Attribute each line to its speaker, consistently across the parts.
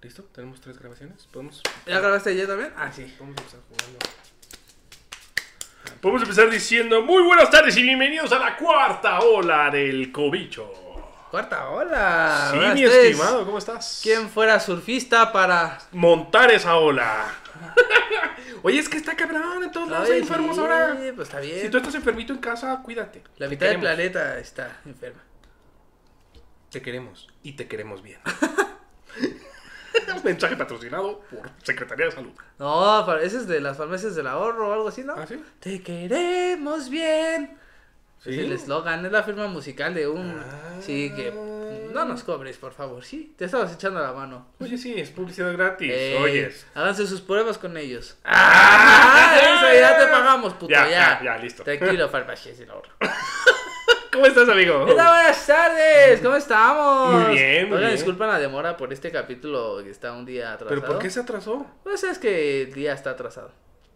Speaker 1: Listo, tenemos tres grabaciones. ¿Podemos,
Speaker 2: ¿Ya grabaste ayer también?
Speaker 1: ah,
Speaker 2: Ah,
Speaker 1: sí,
Speaker 2: sí.
Speaker 1: podemos empezar jugando.
Speaker 3: Podemos empezar diciendo muy buenas tardes y bienvenidos a la cuarta ola del cobicho.
Speaker 2: Cuarta ola.
Speaker 3: Sí,
Speaker 2: Buenas
Speaker 3: mi
Speaker 2: tardes.
Speaker 3: estimado, ¿cómo estás?
Speaker 2: ¿Quién fuera surfista para.
Speaker 3: Montar esa ola.
Speaker 1: Oye, es que está cabrón, en todos lados
Speaker 2: Ay,
Speaker 1: hay enfermos
Speaker 2: sí,
Speaker 1: ahora.
Speaker 2: Pues está bien.
Speaker 1: Si tú estás enfermito en casa, cuídate.
Speaker 2: La
Speaker 1: Te
Speaker 2: mitad del
Speaker 1: queremos.
Speaker 2: planeta está enferma.
Speaker 1: Te queremos y te queremos bien.
Speaker 3: Un mensaje patrocinado por Secretaría de Salud.
Speaker 2: No, pero ese es de las farmacias del ahorro o algo así, ¿no?
Speaker 1: ¿Ah, sí?
Speaker 2: Te queremos bien.
Speaker 1: ¿Sí?
Speaker 2: Es el eslogan, es la firma musical de un.
Speaker 1: Ah.
Speaker 2: Sí, que. No nos cobres, por favor, sí. Te estabas echando la mano.
Speaker 1: Oye, sí, es publicidad gratis.
Speaker 2: Ey,
Speaker 3: oyes.
Speaker 2: Háganse sus pruebas con ellos. ¡Ah! Eso ya te pagamos, puto.
Speaker 3: Ya,
Speaker 2: Ya,
Speaker 3: ya, ya, listo.
Speaker 2: Tranquilo, farmacias del ahorro.
Speaker 3: ¿Cómo estás, amigo?
Speaker 1: Oh.
Speaker 2: ¿Qué tal? Buenas tardes, ¿cómo estamos?
Speaker 3: Muy bien, muy
Speaker 2: Oigan,
Speaker 3: bien.
Speaker 2: disculpan la demora por este capítulo que está un día atrasado.
Speaker 1: ¿Pero por qué se atrasó?
Speaker 2: Pues es que el día está atrasado.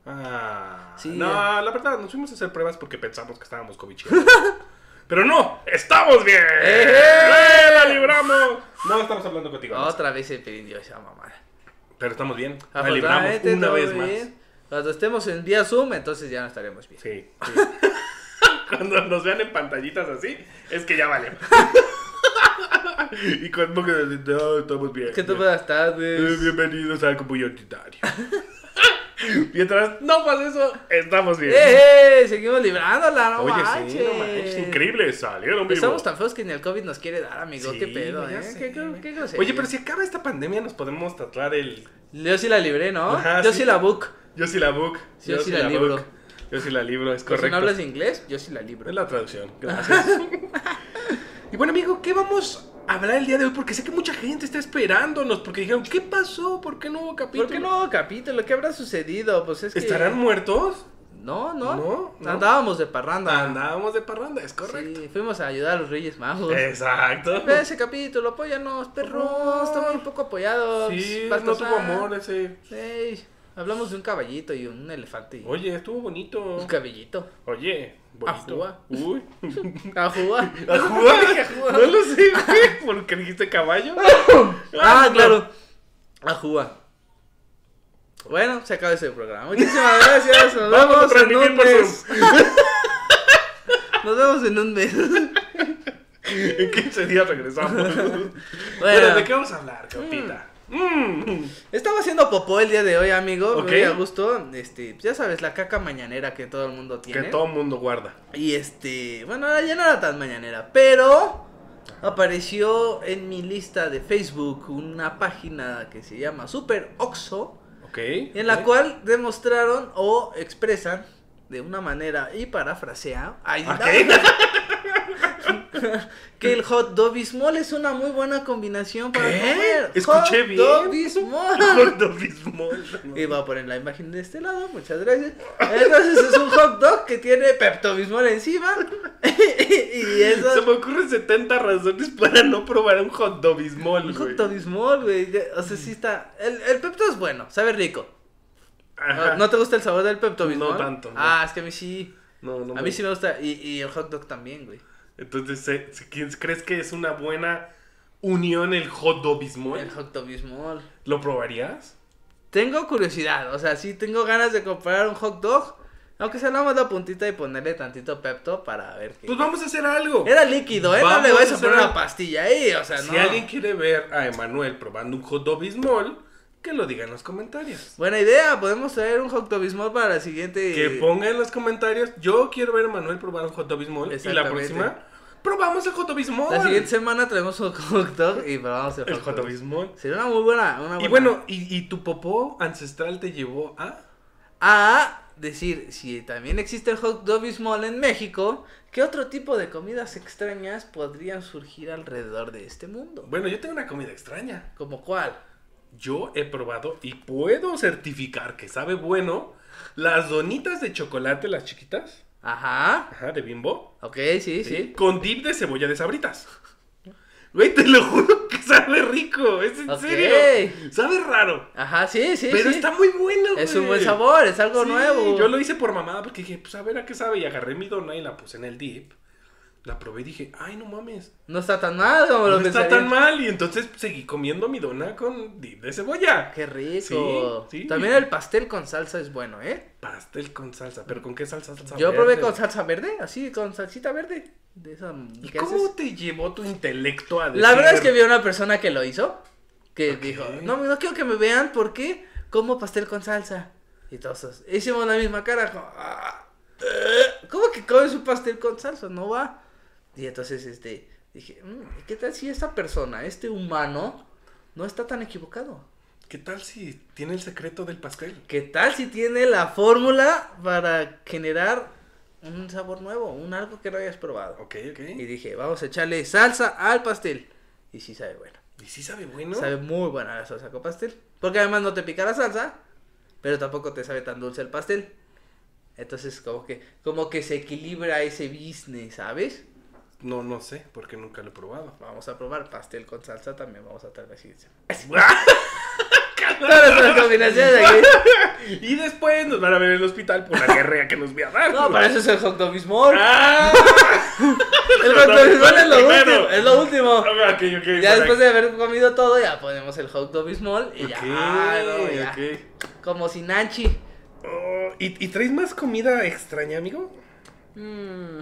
Speaker 1: Ah,
Speaker 2: Sí,
Speaker 1: no,
Speaker 2: ya.
Speaker 1: la verdad, nos fuimos a hacer pruebas porque pensamos que estábamos covicheados.
Speaker 3: Pero no, estamos bien.
Speaker 2: ¡Eh!
Speaker 3: ¡La libramos!
Speaker 1: no estamos hablando contigo. Alex.
Speaker 2: Otra vez se pidió esa mamada.
Speaker 1: Pero estamos bien. La libramos
Speaker 2: Afortunadamente,
Speaker 1: Ah, una
Speaker 2: todo
Speaker 1: vez más.
Speaker 2: bien. Cuando estemos en vía Zoom, entonces ya no estaremos bien.
Speaker 3: Sí. sí. Cuando nos vean en pantallitas así, es que ya vale. y cuando que no, estamos bien.
Speaker 2: ¿Qué tal? Buenas
Speaker 3: Eh,
Speaker 2: tardes.
Speaker 3: Bienvenidos al Cumpullo Titario. Mientras no pasa eso, estamos bien.
Speaker 2: ¡Eh, eh! Seguimos librándola, no
Speaker 1: Oye,
Speaker 2: manches.
Speaker 1: sí, no manches,
Speaker 3: Increíble, salieron vivos.
Speaker 2: Estamos tan feos que ni el COVID nos quiere dar, amigo.
Speaker 1: Sí,
Speaker 2: ¿Qué pedo,
Speaker 1: ya
Speaker 2: eh?
Speaker 1: sé,
Speaker 2: ¿Qué, qué,
Speaker 1: güey.
Speaker 2: qué grosería.
Speaker 1: Oye, pero si acaba esta pandemia, nos podemos tatuar el.
Speaker 2: Yo sí la libré, ¿no?
Speaker 1: Ajá,
Speaker 2: yo
Speaker 1: sí.
Speaker 2: sí. la book.
Speaker 1: Yo sí la book.
Speaker 2: Sí, yo sí la libro.
Speaker 1: book, Yo sí la libro, es
Speaker 2: Pues, Si no
Speaker 1: correcto.
Speaker 2: hablas inglés, yo sí la libro.
Speaker 1: Es la traducción, gracias. y bueno, amigo, ¿qué vamos a hablar el día de hoy? Porque sé que mucha gente está esperándonos. Porque dijeron, ¿qué pasó? ¿Por qué no hubo capítulo?
Speaker 2: ¿Por qué no capítulo? ¿Qué habrá sucedido? Pues es que...
Speaker 1: ¿Estarán muertos?
Speaker 2: No, no.
Speaker 1: No, no.
Speaker 2: Andábamos de parranda.
Speaker 1: Andábamos de parranda, es correcto.
Speaker 2: Sí, fuimos a ayudar a los Reyes Magos.
Speaker 1: Eh. Exacto.
Speaker 2: Ve ese capítulo, apóyanos, perros. Estamos un poco apoyados.
Speaker 1: Sí,
Speaker 2: Basta
Speaker 1: no tuvo
Speaker 2: usar.
Speaker 1: amor ese.
Speaker 2: Ey, hablamos de un caballito y un elefante. Y
Speaker 1: Oye, estuvo bonito.
Speaker 2: Un cabellito.
Speaker 3: Oye, bonito.
Speaker 2: Ajúa.
Speaker 3: Uy.
Speaker 2: A jugar.
Speaker 3: ¿Ajúa? No lo sé, güey. ¿Por qué dijiste caballo?
Speaker 2: Ah, claro. A Cuba. Bueno, se acaba ese programa. Muchísimas gracias. Nos
Speaker 3: Vamos a
Speaker 2: vemos en
Speaker 3: transmitir
Speaker 2: un
Speaker 3: por
Speaker 2: mes. Nos vemos en un mes.
Speaker 3: En 15 días regresamos.
Speaker 1: Pero,
Speaker 2: Bueno,
Speaker 1: ¿de qué vamos a hablar, Capita?
Speaker 3: Mm.
Speaker 2: estaba haciendo popó el día de hoy, amigo.
Speaker 3: Ok.
Speaker 2: Muy a gusto. Este, ya sabes, la caca mañanera que todo el mundo
Speaker 3: Que
Speaker 2: tiene.
Speaker 3: todo mundo guarda.
Speaker 2: Y este, bueno, ahora ya no era tan mañanera, pero apareció en mi lista de Facebook una página que se llama Super Oxo.
Speaker 1: Ok.
Speaker 2: En la
Speaker 1: ok.
Speaker 2: cual demostraron o expresan de una manera y parafrasea ay,
Speaker 1: Ok.
Speaker 2: no, que el hot dog bismol es una muy buena combinación para
Speaker 1: ¿Qué?
Speaker 2: comer.
Speaker 1: Escuché
Speaker 2: hot
Speaker 1: bien.
Speaker 2: Dog bismol.
Speaker 3: Gordo bismol.
Speaker 2: Y va a poner la imagen de este lado, muchas gracias. Entonces es un hot dog que tiene Pepto Bismol encima. y
Speaker 3: Se
Speaker 2: eso
Speaker 3: me ocurren 70 razones para no probar un hot dog
Speaker 2: un
Speaker 3: bismol, güey.
Speaker 2: hot dog bismol, güey. ya, O sea, sí está. El, el Pepto es bueno, sabe rico.
Speaker 3: Ajá.
Speaker 2: ¿No te gusta el sabor del Pepto
Speaker 3: No
Speaker 2: Bismol?
Speaker 3: tanto, no.
Speaker 2: Ah, es que a mí sí.
Speaker 3: No, no
Speaker 2: A
Speaker 3: me-
Speaker 2: mí sí me gusta. Y, y el hot dog también, güey.
Speaker 3: Entonces, ¿se- se- quién- ¿crees que es una buena unión el hot dog bismol?
Speaker 2: El hot dog bismol.
Speaker 3: ¿Lo probarías?
Speaker 2: Tengo curiosidad, o sea, sí tengo ganas de comprar un hot dog. Aunque sea nada más la puntita y ponerle tantito Pepto para ver qué.
Speaker 1: Pues vamos a hacer algo.
Speaker 2: Era líquido, ¿eh? no
Speaker 1: Vamos
Speaker 2: le
Speaker 1: a
Speaker 2: vas a
Speaker 1: hacer
Speaker 2: poner
Speaker 1: algo.
Speaker 2: una pastilla ahí, o sea, no.
Speaker 1: Si alguien quiere ver a Emanuel probando un hot dog bismol, que lo diga en los comentarios.
Speaker 2: Buena idea, podemos traer un hot dog bismol para la siguiente.
Speaker 1: Que ponga en los comentarios, yo quiero ver a Emanuel probar un hot dog bismol. Y la
Speaker 2: Exactamente.
Speaker 1: próxima, probamos el hot dog bismol.
Speaker 2: La siguiente semana traemos un hot dog y probamos el,
Speaker 3: El hot dog bismol.
Speaker 2: Sería una muy buena. Una
Speaker 1: Y
Speaker 2: buena-
Speaker 1: bueno, y, y tu popó ancestral te llevó a...
Speaker 2: A decir, si también existe el hot dog bismol en México, ¿qué otro tipo de comidas extrañas podrían surgir alrededor de este mundo?
Speaker 1: Bueno, yo tengo una comida extraña.
Speaker 2: ¿Como cuál?
Speaker 1: Yo he probado y puedo certificar que sabe bueno las donitas de chocolate, las chiquitas,
Speaker 2: Ajá.
Speaker 1: ajá, de bimbo,
Speaker 2: Ok, sí, sí.
Speaker 1: con dip de cebolla de sabritas. Güey, te lo juro que sabe rico, es en
Speaker 2: Ok.
Speaker 1: serio. Sabe raro,
Speaker 2: Ajá, sí, sí.
Speaker 1: pero
Speaker 2: sí.
Speaker 1: está muy bueno,
Speaker 2: Es
Speaker 1: güey.
Speaker 2: un buen sabor, es algo
Speaker 1: Sí,
Speaker 2: nuevo.
Speaker 1: Yo lo hice por mamada porque dije, pues a ver a qué sabe. Y agarré mi dona y la puse en el dip. La probé y dije, ay, no mames.
Speaker 2: No está tan mal como
Speaker 1: No
Speaker 2: lo
Speaker 1: está
Speaker 2: pensaría.
Speaker 1: tan mal. Y entonces seguí comiendo mi dona con dip de cebolla.
Speaker 2: Qué rico.
Speaker 1: Sí, sí.
Speaker 2: También el pastel con salsa es bueno, ¿eh?
Speaker 1: Pastel con salsa. ¿Pero con qué salsa? Salsa
Speaker 2: Yo probé
Speaker 1: verde.
Speaker 2: con salsa verde, así, con salsita verde. De esa
Speaker 1: ¿Y
Speaker 2: que
Speaker 1: cómo
Speaker 2: haces.
Speaker 1: te llevó tu intelecto a decir?
Speaker 2: La verdad es que vi a una persona que lo hizo, que
Speaker 1: Ok.
Speaker 2: dijo, no, no quiero que me vean porque como pastel con salsa. Y todos esos- hicimos la misma cara, como, "Ah, eh, ¿cómo que comes un pastel con salsa? No va. Y entonces, este, dije, "Mm, ¿qué tal si esta persona, este humano, no está tan equivocado?
Speaker 1: ¿Qué tal si tiene el secreto del pastel?
Speaker 2: ¿Qué tal si tiene la fórmula para generar un sabor nuevo, un algo que no hayas probado?
Speaker 1: Ok, ok.
Speaker 2: Y dije, vamos a echarle salsa al pastel. Y sí sabe bueno.
Speaker 1: ¿Y sí sabe bueno?
Speaker 2: Sabe muy buena la salsa con pastel. Porque además no te pica la salsa, pero tampoco te sabe tan dulce el pastel. Entonces como que, como que se equilibra ese business, ¿sabes?
Speaker 1: No, no sé, porque nunca lo he probado.
Speaker 2: Vamos a probar pastel con salsa también, vamos a traer la siguiente semana. Todas las combinaciones aquí.
Speaker 1: Y después nos van a ver en el hospital por la guerrea que nos voy a dar.
Speaker 2: No, para eso es el hot dog bismol.
Speaker 1: ¡Ah!
Speaker 2: el hot dog bismol es lo
Speaker 1: Primero.
Speaker 2: último, es lo último.
Speaker 1: Ok, ok.
Speaker 2: Ya
Speaker 1: para-
Speaker 2: después de haber comido todo, ya ponemos el hot dog bismol y
Speaker 1: Ok,
Speaker 2: ya, ah, no, ya.
Speaker 1: ok.
Speaker 2: Como sin anchi.
Speaker 1: Oh, ¿y, y traes más comida extraña, amigo?
Speaker 2: Mm,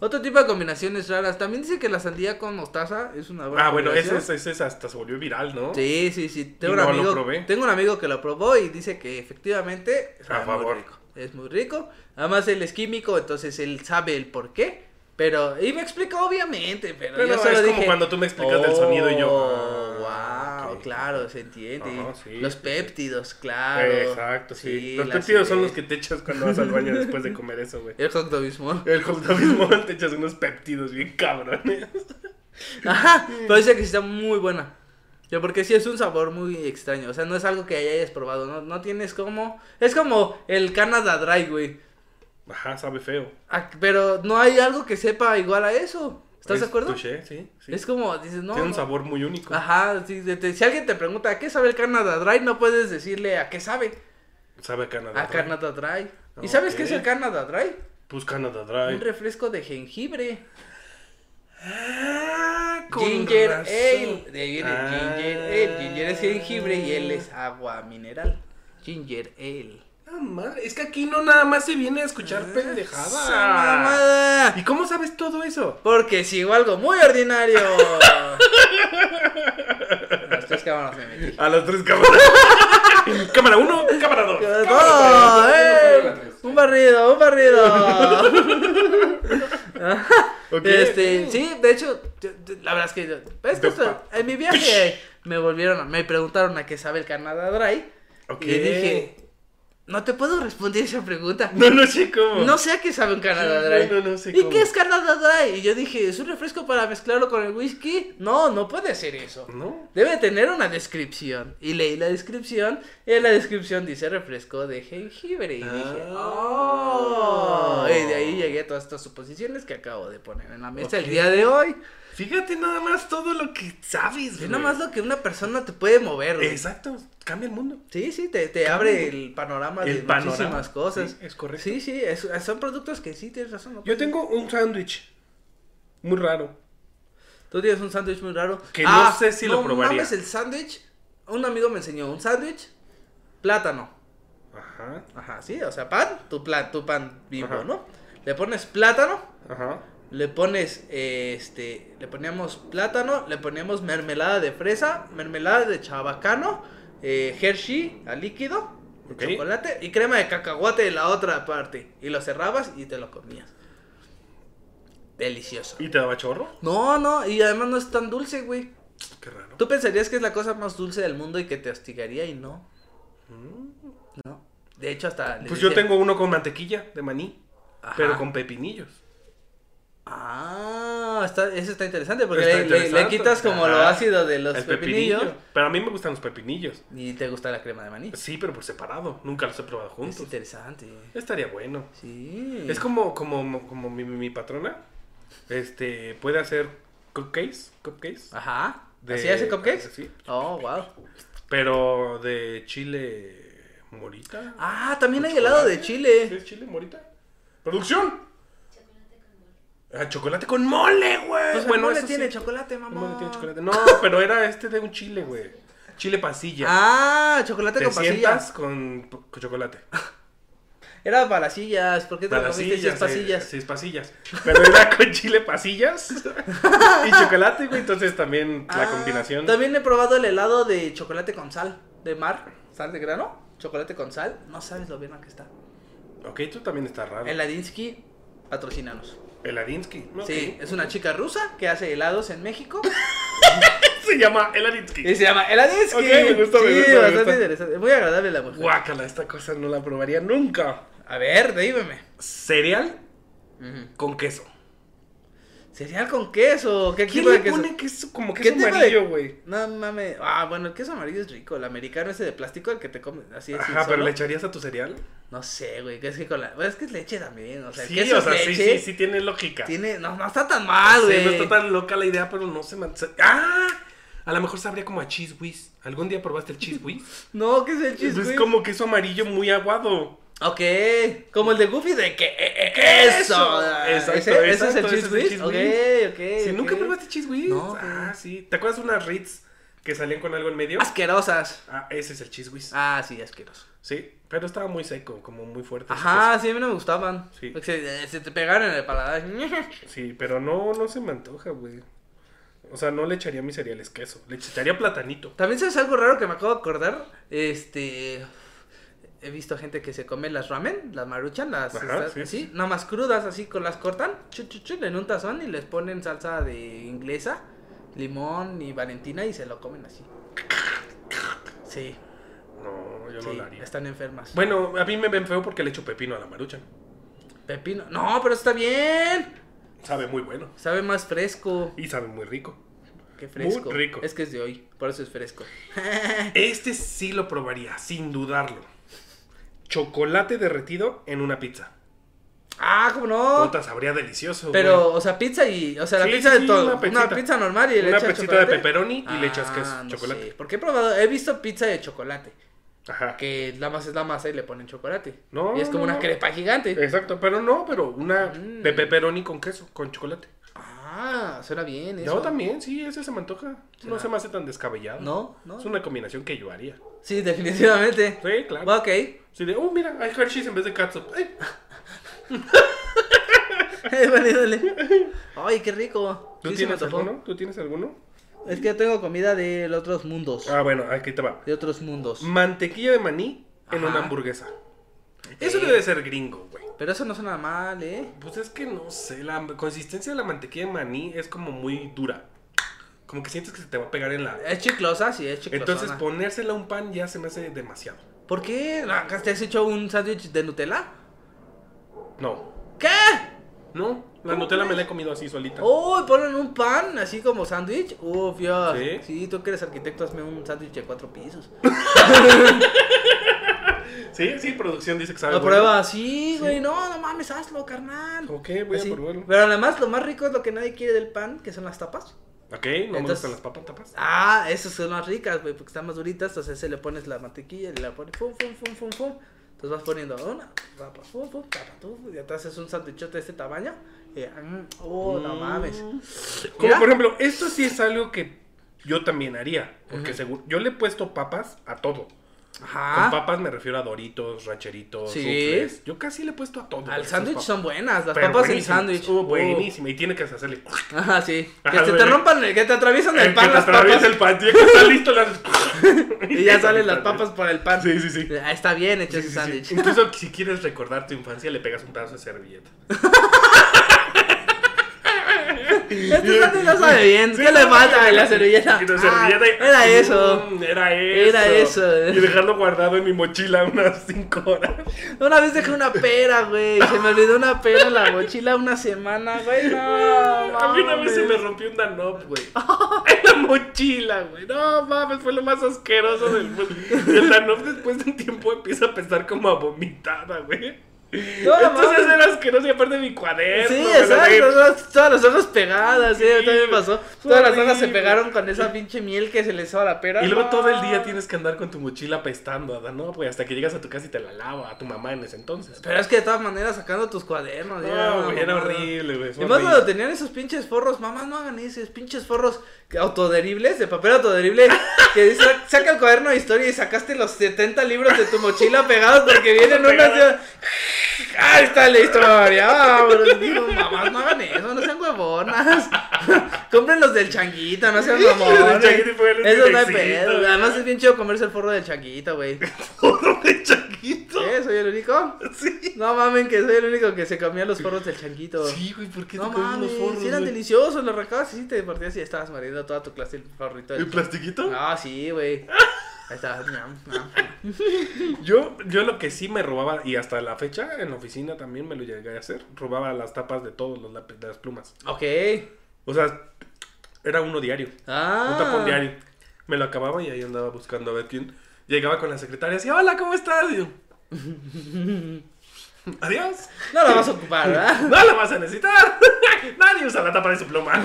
Speaker 2: Otro tipo de combinaciones raras. También dice que la sandía con mostaza es una buena.
Speaker 1: Ah, bueno, ese,
Speaker 2: combinación.
Speaker 1: ese, ese hasta se volvió viral, ¿no?
Speaker 2: Sí, sí, sí. Tengo,
Speaker 1: Y
Speaker 2: un
Speaker 1: no lo
Speaker 2: amigo,
Speaker 1: probé.
Speaker 2: tengo un amigo que lo probó y dice que efectivamente
Speaker 1: A
Speaker 2: muy
Speaker 1: favor.
Speaker 2: rico. Es muy rico. Además, él es químico, entonces él sabe el por qué. Pero, y me explicó obviamente, pero,
Speaker 1: Pero
Speaker 2: yo solo
Speaker 1: es como
Speaker 2: dije,
Speaker 1: cuando tú me explicas del sonido y yo,
Speaker 2: "Oh,
Speaker 1: ah,
Speaker 2: wow,
Speaker 1: ok".
Speaker 2: claro, se entiende.
Speaker 1: Ajá, sí,
Speaker 2: los
Speaker 1: sí, sí.
Speaker 2: péptidos, claro.
Speaker 1: Exacto, sí. Los
Speaker 2: la
Speaker 1: péptidos son
Speaker 2: acidez.
Speaker 1: los que te echas cuando vas al baño después de comer eso, güey.
Speaker 2: El hot dog mismo.
Speaker 1: El hot dog bismol te echas unos péptidos bien cabrones.
Speaker 2: Ajá, pero dice que está muy buena. Yo porque sí es un sabor muy extraño, o sea, no es algo que hayas probado, no, no tienes como... Es como el Canada Dry, güey.
Speaker 1: Ajá, sabe feo.
Speaker 2: Ah, Pero no hay algo que sepa igual a eso. ¿Estás de
Speaker 1: Es
Speaker 2: acuerdo?
Speaker 1: touché, sí, sí.
Speaker 2: Es como, dices, no... Ah.
Speaker 1: Tiene un
Speaker 2: no.
Speaker 1: sabor muy único.
Speaker 2: Ajá, sí, de- de- si alguien te pregunta, ¿a qué sabe el Canada Dry? No puedes decirle a qué sabe.
Speaker 1: Sabe a Canadá
Speaker 2: A
Speaker 1: Dry.
Speaker 2: Ah, Canada Dry. ¿Y sabes qué es
Speaker 1: Ok.
Speaker 2: el Canada Dry?
Speaker 1: Pues Canadá Dry.
Speaker 2: Un refresco de jengibre.
Speaker 1: Ah, con
Speaker 2: Ginger
Speaker 1: razón.
Speaker 2: Ale. De ahí viene el Ginger Ale.
Speaker 1: Ah.
Speaker 2: Ginger es jengibre y él es agua mineral. Ginger Ale.
Speaker 1: Ah, madre, es que aquí no nada más se viene a escuchar
Speaker 2: ¡Esa
Speaker 1: pendejada.
Speaker 2: Ah, mamada!
Speaker 1: ¿Y cómo sabes todo eso?
Speaker 2: Ah. Porque sigo algo muy ordinario. Las tres cámaras me metí.
Speaker 1: A las tres cámaras. cámara 1, cámara 2.
Speaker 2: ¡Todo! ¡Eh! Un barrido, un barrido. Este, sí, de hecho, yo- yo- la verdad es que yo- es que esto- en mi viaje me volvieron, a- me preguntaron a qué sabe el Canadá Dry.
Speaker 1: Ok.
Speaker 2: Y dije, no te puedo responder esa pregunta.
Speaker 1: No, no sé cómo.
Speaker 2: No sé a qué sabe un Canada
Speaker 1: Sí,
Speaker 2: Dry.
Speaker 1: no, no sé
Speaker 2: ¿Y
Speaker 1: cómo.
Speaker 2: qué es Canada Dry? Y yo dije, ¿es un refresco para mezclarlo con el whisky? No, no puede ser eso.
Speaker 1: ¿No?
Speaker 2: Debe tener una descripción. Y leí la descripción. Y en la descripción dice refresco de jengibre. Y dije,
Speaker 1: Ah.
Speaker 2: "Oh". Y de ahí llegué a todas estas suposiciones que acabo de poner en la mesa
Speaker 1: Ok.
Speaker 2: el día de hoy.
Speaker 1: Fíjate nada más todo lo que sabes,
Speaker 2: Es
Speaker 1: güey.
Speaker 2: nada más lo que una persona te puede mover. güey.
Speaker 1: Exacto, cambia el mundo.
Speaker 2: Sí, sí, te, te abre el panorama de
Speaker 1: El panorama.
Speaker 2: muchísimas cosas.
Speaker 1: Sí, es correcto.
Speaker 2: Sí, sí, es- son productos que sí tienes razón. ¿no?
Speaker 1: Yo tengo un sándwich muy raro.
Speaker 2: Tú tienes un sándwich muy raro. Ah,
Speaker 1: Que no sé si lo probaría.
Speaker 2: mames, el sándwich. Un amigo me enseñó un sándwich. Plátano.
Speaker 1: Ajá,
Speaker 2: Ajá, sí, o sea, pan. Tu, pla- tu pan vivo,
Speaker 1: Ajá.
Speaker 2: ¿no? Le pones plátano.
Speaker 1: ajá.
Speaker 2: Le pones, eh, este, le poníamos plátano, le poníamos mermelada de fresa, mermelada de chabacano, eh, Hershey al líquido, de
Speaker 1: Ok.
Speaker 2: chocolate y crema de cacahuate de la otra parte. Y lo cerrabas y te lo comías. Delicioso.
Speaker 1: ¿Y te daba chorro?
Speaker 2: No, no, y además no es tan dulce, güey.
Speaker 1: Qué raro.
Speaker 2: Tú pensarías que es la cosa más dulce del mundo y que te hostigaría y no. No. De hecho, hasta... le
Speaker 1: Mm. Pues yo
Speaker 2: dije-
Speaker 1: tengo uno con mantequilla de maní,
Speaker 2: Ajá.
Speaker 1: pero con pepinillos.
Speaker 2: Ah, está, eso está interesante porque
Speaker 1: Está
Speaker 2: le, le- le
Speaker 1: interesante.
Speaker 2: quitas como lo
Speaker 1: Ajá.
Speaker 2: ácido de los
Speaker 1: El
Speaker 2: pepinillos
Speaker 1: pepinillo. Pero a mí me gustan los pepinillos.
Speaker 2: y te gusta la crema de maní.
Speaker 1: Sí, pero por separado. Nunca los he probado
Speaker 2: Es
Speaker 1: juntos.
Speaker 2: interesante.
Speaker 1: Estaría bueno.
Speaker 2: Sí.
Speaker 1: Es como, como, como mi, mi- mi patrona. Este, puede hacer cupcakes, cupcakes.
Speaker 2: Ajá.
Speaker 1: de-
Speaker 2: ¿Así Ah, hace cupcakes?
Speaker 1: Sí,
Speaker 2: Oh, wow.
Speaker 1: pero de chile morita.
Speaker 2: Ah, también
Speaker 1: ¿Con
Speaker 2: hay helado de
Speaker 1: chocolate?
Speaker 2: Pues
Speaker 1: ¿Sí
Speaker 2: chile.
Speaker 1: ¿Es chile morita? ¡Producción! Ah, chocolate con mole, güey.
Speaker 2: Pues
Speaker 1: bueno,
Speaker 2: bueno, le
Speaker 1: eso
Speaker 2: tiene
Speaker 1: sí.
Speaker 2: chocolate,
Speaker 1: El
Speaker 2: mamá.
Speaker 1: mole tiene chocolate. No, pero era este de un chile, güey. Chile pasilla.
Speaker 2: Ah, chocolate
Speaker 1: Te
Speaker 2: con
Speaker 1: sientas
Speaker 2: pasillas.
Speaker 1: con, con chocolate.
Speaker 2: Era para las sillas, ¿por qué te lo comiste si es
Speaker 1: Pasillas,
Speaker 2: pasillas?
Speaker 1: Seis eh, pasillas. Pero era con chile pasillas y chocolate, güey. Entonces también la
Speaker 2: Ah,
Speaker 1: combinación.
Speaker 2: También he probado el helado de chocolate con sal, de mar, sal de grano, chocolate con sal. No sabes lo bien que está.
Speaker 1: Ok, tú también estás raro.
Speaker 2: El Ladinsky, patrocínanos.
Speaker 1: El Adinsky. ok.
Speaker 2: Sí, es una chica rusa que hace helados en México.
Speaker 1: Se llama El Adinsky.
Speaker 2: Y se llama Eladinsky.
Speaker 1: Ok, me gusta, me
Speaker 2: sí,
Speaker 1: gusta, me
Speaker 2: bastante
Speaker 1: gusta.
Speaker 2: interesante. Muy agradable la mujer.
Speaker 1: Guácala, esta cosa no la probaría nunca.
Speaker 2: A ver, dímeme.
Speaker 1: Cereal con queso.
Speaker 2: ¿Cereal con queso? ¿Qué
Speaker 1: ¿Quién
Speaker 2: tipo
Speaker 1: le
Speaker 2: de queso?
Speaker 1: pone queso como
Speaker 2: ¿Qué
Speaker 1: queso
Speaker 2: tipo de-
Speaker 1: amarillo, güey?
Speaker 2: No mames. Ah, bueno, el queso amarillo es rico. El americano ese de plástico, el que te comes así. así
Speaker 1: Ajá, pero
Speaker 2: solo.
Speaker 1: ¿le echarías a tu cereal?
Speaker 2: No sé, güey. que Es que con la. Bueno, es que es leche también. O sea, el
Speaker 1: Sí,
Speaker 2: queso
Speaker 1: o
Speaker 2: es
Speaker 1: sea, sí,
Speaker 2: leche.
Speaker 1: sí, sí tiene lógica.
Speaker 2: Tiene. No, no está tan mal,
Speaker 1: Sí,
Speaker 2: güey.
Speaker 1: no está tan loca la idea, pero no se me... se- ¡Ah! A lo mejor sabría como a cheese whiz. ¿Algún día probaste el cheese whiz?
Speaker 2: No, que es el
Speaker 1: Pues
Speaker 2: chiste.
Speaker 1: es como queso amarillo muy aguado.
Speaker 2: Ok, como el de Goofy de que. eh, eh,
Speaker 1: Eso.
Speaker 2: Eso. Ah,
Speaker 1: Exacto,
Speaker 2: ese, ese es el
Speaker 1: exacto, ese es
Speaker 2: cheese
Speaker 1: el
Speaker 2: whiz.
Speaker 1: cheese
Speaker 2: Ok,
Speaker 1: whiz.
Speaker 2: ok.
Speaker 1: Si
Speaker 2: ok.
Speaker 1: nunca probaste cheese whiz.
Speaker 2: No,
Speaker 1: ah,
Speaker 2: güey.
Speaker 1: sí. ¿Te acuerdas de unas Ritz que salían con algo en medio?
Speaker 2: Asquerosas.
Speaker 1: Ah, ese es el cheese whiz.
Speaker 2: Ah, sí, asqueroso.
Speaker 1: Sí, pero estaba muy seco, como muy fuerte. ese
Speaker 2: Ajá, sí, a mí no me gustaban.
Speaker 1: Sí.
Speaker 2: Porque Se, se te pegaron en el paladar.
Speaker 1: queso. Sí, pero no, no se me antoja, güey. O sea, no le echaría mis cereales queso. Le echaría platanito.
Speaker 2: También sabes algo raro que me acabo de acordar. Este. He visto gente que se come las ramen, las maruchan, las.
Speaker 1: Ajá,
Speaker 2: estas-
Speaker 1: sí,
Speaker 2: así,
Speaker 1: sí.
Speaker 2: nada más crudas, así, con las cortan, chu, chu, chu, en un tazón y les ponen salsa de inglesa, limón y valentina y se lo comen así. Sí,
Speaker 1: No, yo no
Speaker 2: sí,
Speaker 1: lo haría.
Speaker 2: están enfermas.
Speaker 1: Bueno, a mí me ven feo porque le echo pepino a la marucha.
Speaker 2: Pepino. No, pero está bien.
Speaker 1: Sabe muy bueno.
Speaker 2: Sabe más fresco.
Speaker 1: Y sabe muy rico.
Speaker 2: Que fresco.
Speaker 1: rico.
Speaker 2: Es que es de hoy, por eso es fresco. Ah.
Speaker 1: Este sí lo probaría, sin dudarlo. Chocolate derretido en una pizza.
Speaker 2: Ah, ¿cómo no?
Speaker 1: Puta, sabría delicioso.
Speaker 2: Pero,
Speaker 1: güey.
Speaker 2: o sea, pizza y. O sea, la
Speaker 1: Sí,
Speaker 2: pizza
Speaker 1: sí,
Speaker 2: de
Speaker 1: sí,
Speaker 2: todo.
Speaker 1: una
Speaker 2: Una,
Speaker 1: pizzita.
Speaker 2: pizza normal y le
Speaker 1: una
Speaker 2: echas
Speaker 1: pizza de
Speaker 2: chocolate. Ah,
Speaker 1: pepperoni y le echas queso,
Speaker 2: no
Speaker 1: chocolate.
Speaker 2: sé, Porque he probado, he visto pizza de chocolate.
Speaker 1: Ajá.
Speaker 2: Que la masa es la masa y le ponen chocolate.
Speaker 1: No,
Speaker 2: Y es como
Speaker 1: no,
Speaker 2: una
Speaker 1: no. Eh.
Speaker 2: crepa gigante.
Speaker 1: Exacto, pero no, pero una
Speaker 2: Mm.
Speaker 1: de pepperoni con queso, con chocolate.
Speaker 2: Ah, suena bien. Eso.
Speaker 1: Yo también, sí, ese se me antoja. No
Speaker 2: Será.
Speaker 1: se me hace tan descabellado.
Speaker 2: No, no.
Speaker 1: Es una combinación que yo haría.
Speaker 2: Sí, definitivamente.
Speaker 1: Sí, claro.
Speaker 2: Ok.
Speaker 1: Sí, de, oh, mira, hay Hershey's en vez de catsup. Ay,
Speaker 2: Vale, dale. Ay, qué rico.
Speaker 1: ¿Tú
Speaker 2: Sí, se
Speaker 1: tienes
Speaker 2: me antojó.
Speaker 1: alguno? ¿Tú tienes alguno?
Speaker 2: Es que yo tengo comida de otros mundos.
Speaker 1: Ah, Mm. bueno, aquí te va.
Speaker 2: De otros mundos.
Speaker 1: Mantequilla de maní en
Speaker 2: Ajá.
Speaker 1: una hamburguesa. Eso debe de ser gringo, güey.
Speaker 2: Pero eso no suena mal, ¿eh?
Speaker 1: Pues es que no sé, la consistencia de la mantequilla de maní es como muy dura. Como que sientes que se te va a pegar en la...
Speaker 2: Es chiclosa, sí, es chiclosa.
Speaker 1: Entonces ponérsela a un pan ya se me hace demasiado.
Speaker 2: ¿Por qué? ¿Acá te has hecho un sándwich de Nutella?
Speaker 1: No.
Speaker 2: ¿Qué?
Speaker 1: No, la Nutella me la he comido así solita.
Speaker 2: Uy, ponen un pan así como sándwich. Uf, Dios.
Speaker 1: ¿Sí?
Speaker 2: Sí, tú que eres arquitecto, hazme un sándwich de cuatro pisos.
Speaker 1: Sí, sí, producción dice que sabe
Speaker 2: La
Speaker 1: Ah, bueno.
Speaker 2: prueba así, güey. No, no mames, hazlo, carnal.
Speaker 1: Ok, voy
Speaker 2: Así.
Speaker 1: a probarlo.
Speaker 2: Pero además, lo más rico es lo que nadie quiere del pan, que son las tapas.
Speaker 1: Ok, no me
Speaker 2: Entonces-
Speaker 1: gustan las papas tapas.
Speaker 2: Ah, esas son más ricas, güey, porque están más duritas. Entonces, se le pones la mantequilla y la pones pum, pum, pum, pum, pum. Entonces vas poniendo una, tapa, pum, pum, tapa, pum. Y atrás es un sándwichote de este tamaño. Y, mm, oh, no
Speaker 1: Mm.
Speaker 2: mames.
Speaker 1: Como
Speaker 2: Mira.
Speaker 1: por ejemplo, esto sí es algo que yo también haría. Porque seguro, yo le he puesto papas a todo.
Speaker 2: Ajá.
Speaker 1: Con papas me refiero a doritos, rancheritos,
Speaker 2: Ah. Sí.
Speaker 1: Ruffles. Yo casi le he puesto a todo.
Speaker 2: Al
Speaker 1: esas
Speaker 2: sándwich
Speaker 1: papas.
Speaker 2: son buenas, las
Speaker 1: Pero
Speaker 2: papas en
Speaker 1: buenísimas.
Speaker 2: sándwich.
Speaker 1: Uh, buenísima. Y tiene que hacerle.
Speaker 2: Uh, Ajá, sí. Que
Speaker 1: Ajá,
Speaker 2: se te
Speaker 1: güey.
Speaker 2: rompan, el- que te atraviesan el
Speaker 1: El
Speaker 2: pan
Speaker 1: que te
Speaker 2: las
Speaker 1: atraviesa
Speaker 2: papas.
Speaker 1: el pan. Ya que está listo, las.
Speaker 2: Y ya salen las papas por el pan.
Speaker 1: Sí, sí, sí.
Speaker 2: Ah, Está bien hecho
Speaker 1: Sí,
Speaker 2: ese
Speaker 1: sí, sí.
Speaker 2: sándwich.
Speaker 1: Incluso si quieres recordar tu infancia, le pegas un pedazo de servilleta.
Speaker 2: Este sándwich no sabe bien.
Speaker 1: Sí,
Speaker 2: ¿Qué le
Speaker 1: no,
Speaker 2: falta
Speaker 1: no,
Speaker 2: a la
Speaker 1: no,
Speaker 2: servilleta?
Speaker 1: y la
Speaker 2: Ah,
Speaker 1: servilleta y-
Speaker 2: era eso.
Speaker 1: Mm, Era eso.
Speaker 2: Era eso.
Speaker 1: Y dejarlo guardado en mi mochila unas 5 horas.
Speaker 2: Una vez dejé una pera, güey. Se me olvidó una pera en la mochila una semana, güey. No,
Speaker 1: a mí una vez se me
Speaker 2: mames.
Speaker 1: rompió un danop, güey. En la mochila, güey. No mames, fue lo más asqueroso del mundo. Y el danop después de un tiempo empieza a pesar como a vomitada, güey.
Speaker 2: No, la
Speaker 3: Entonces
Speaker 2: mames.
Speaker 3: era asqueroso y aparte mi cuaderno.
Speaker 2: Sí,
Speaker 3: me lo
Speaker 2: exacto,
Speaker 3: saqué.
Speaker 2: todas- todas las hojas pegadas, sí, a mí también me pasó. Todas las hojas se
Speaker 3: horrible.
Speaker 2: pegaron con esa pinche miel que se les hizo a la pera.
Speaker 1: Y luego todo el día
Speaker 2: No.
Speaker 1: tienes que andar con tu mochila apestando, Adán, ¿no? Pues hasta que llegas a tu casa y te la lava a tu mamá en ese entonces.
Speaker 2: Pero es que de todas maneras sacando tus cuadernos.
Speaker 3: Ah,
Speaker 2: ya,
Speaker 1: No, güey, era
Speaker 2: mamada.
Speaker 1: horrible, güey.
Speaker 2: Y más
Speaker 1: horrible.
Speaker 2: cuando tenían esos pinches forros, mamá, no hagan esos pinches forros que- autoderibles, de papel autoderible, que dice, saca el cuaderno de historia y sacaste los 70 libros de tu mochila pegados porque vienen unos...
Speaker 3: Pegados.
Speaker 2: ¡Ah, está listo, mamá! Ya, vámonos. Digo, mamás, no hagan eso, no sean huevonas. Compren los del changuita, no sean
Speaker 3: Los del
Speaker 2: mamones.
Speaker 3: changuita y pongan
Speaker 2: Eso no hay
Speaker 3: un texito,
Speaker 2: pedo,
Speaker 3: güey.
Speaker 2: además es bien chido comerse el forro del changuita, güey.
Speaker 1: Forro de changuito.
Speaker 2: ¿Qué? ¿Soy el único?
Speaker 1: Sí.
Speaker 2: No mamen, que soy el único que se comía los forros del changuito.
Speaker 1: Sí, güey, ¿por qué
Speaker 2: No
Speaker 1: te comes
Speaker 2: mames,
Speaker 1: los forros?
Speaker 2: sí eran
Speaker 1: güey?
Speaker 2: deliciosos, los recabas y sí te partías y estabas mariendo toda tu clase el forrito. del-
Speaker 1: ¿El plastiquito?
Speaker 2: Ah, sí, güey. Ahí estabas, ñam, ñam.
Speaker 1: Yo, yo lo que sí me robaba, y hasta la fecha en la oficina también me lo llegué a hacer, robaba las tapas de todos los lápiz- de las plumas.
Speaker 2: Ok.
Speaker 1: O sea, era uno diario,
Speaker 2: Ah.
Speaker 1: un tapón diario. Me lo acababa y ahí andaba buscando a ver quién. Llegaba con la secretaria y decía, hola, ¿cómo estás? Y yo, adiós.
Speaker 2: No lo vas a ocupar, ¿verdad?
Speaker 1: No la vas a necesitar. Nadie usa la tapa de su pluma.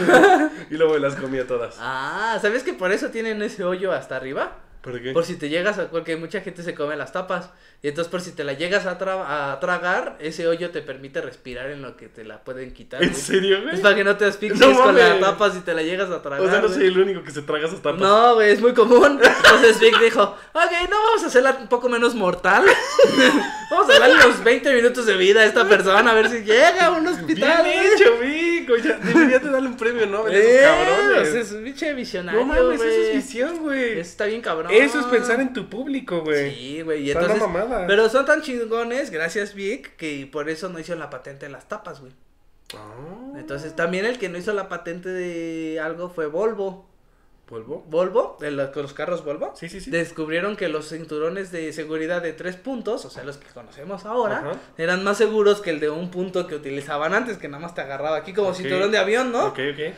Speaker 1: y luego me las comía todas.
Speaker 2: Ah, ¿sabías que por eso tienen ese hoyo hasta arriba?
Speaker 1: ¿Por qué?
Speaker 2: Por si te llegas a. Porque mucha gente se come las tapas. Y entonces, por si te la llegas a, tra- a tragar, ese hoyo te permite respirar en lo que te la pueden quitar.
Speaker 1: ¿En
Speaker 2: güey.
Speaker 1: serio, güey?
Speaker 2: Es para que no te asfixies
Speaker 1: No
Speaker 2: con la
Speaker 1: mames.
Speaker 2: tapa si te la llegas a tragar.
Speaker 1: O sea, no
Speaker 2: güey.
Speaker 1: soy el único que se traga esas tapas.
Speaker 2: No, güey, es muy común. Entonces Vic dijo, ok, no vamos a hacerla un poco menos mortal. vamos a darle los 20 minutos de vida a esta persona a ver si llega a un
Speaker 1: Bien
Speaker 2: hospital. güey".
Speaker 1: hecho, Vico. Ya, debería de darle un premio Nobel a esos
Speaker 2: Eh,
Speaker 1: cabrones.
Speaker 2: pues, es un pinche visionario,
Speaker 1: no mames,
Speaker 2: güey.
Speaker 1: eso es visión, güey.
Speaker 2: Eso está bien cabrón.
Speaker 1: Eso es pensar en tu público, güey.
Speaker 2: Sí, güey, y
Speaker 1: Está una
Speaker 2: entonces...
Speaker 1: mamada.
Speaker 2: Pero son tan chingones, gracias Vic, que por eso no hizo la patente de las tapas, güey.
Speaker 1: Ah,
Speaker 2: Entonces también el que no hizo la patente de algo fue Volvo.
Speaker 1: ¿Polvo?
Speaker 2: Volvo, de los, con los carros Volvo.
Speaker 1: Sí, sí, sí.
Speaker 2: descubrieron que los cinturones de seguridad de tres puntos, o sea, los que conocemos ahora,
Speaker 1: Ajá.
Speaker 2: eran más seguros que el de un punto que utilizaban antes, que nada más te agarraba aquí como
Speaker 1: Ok.
Speaker 2: cinturón de avión, ¿no?
Speaker 1: Ok, ok.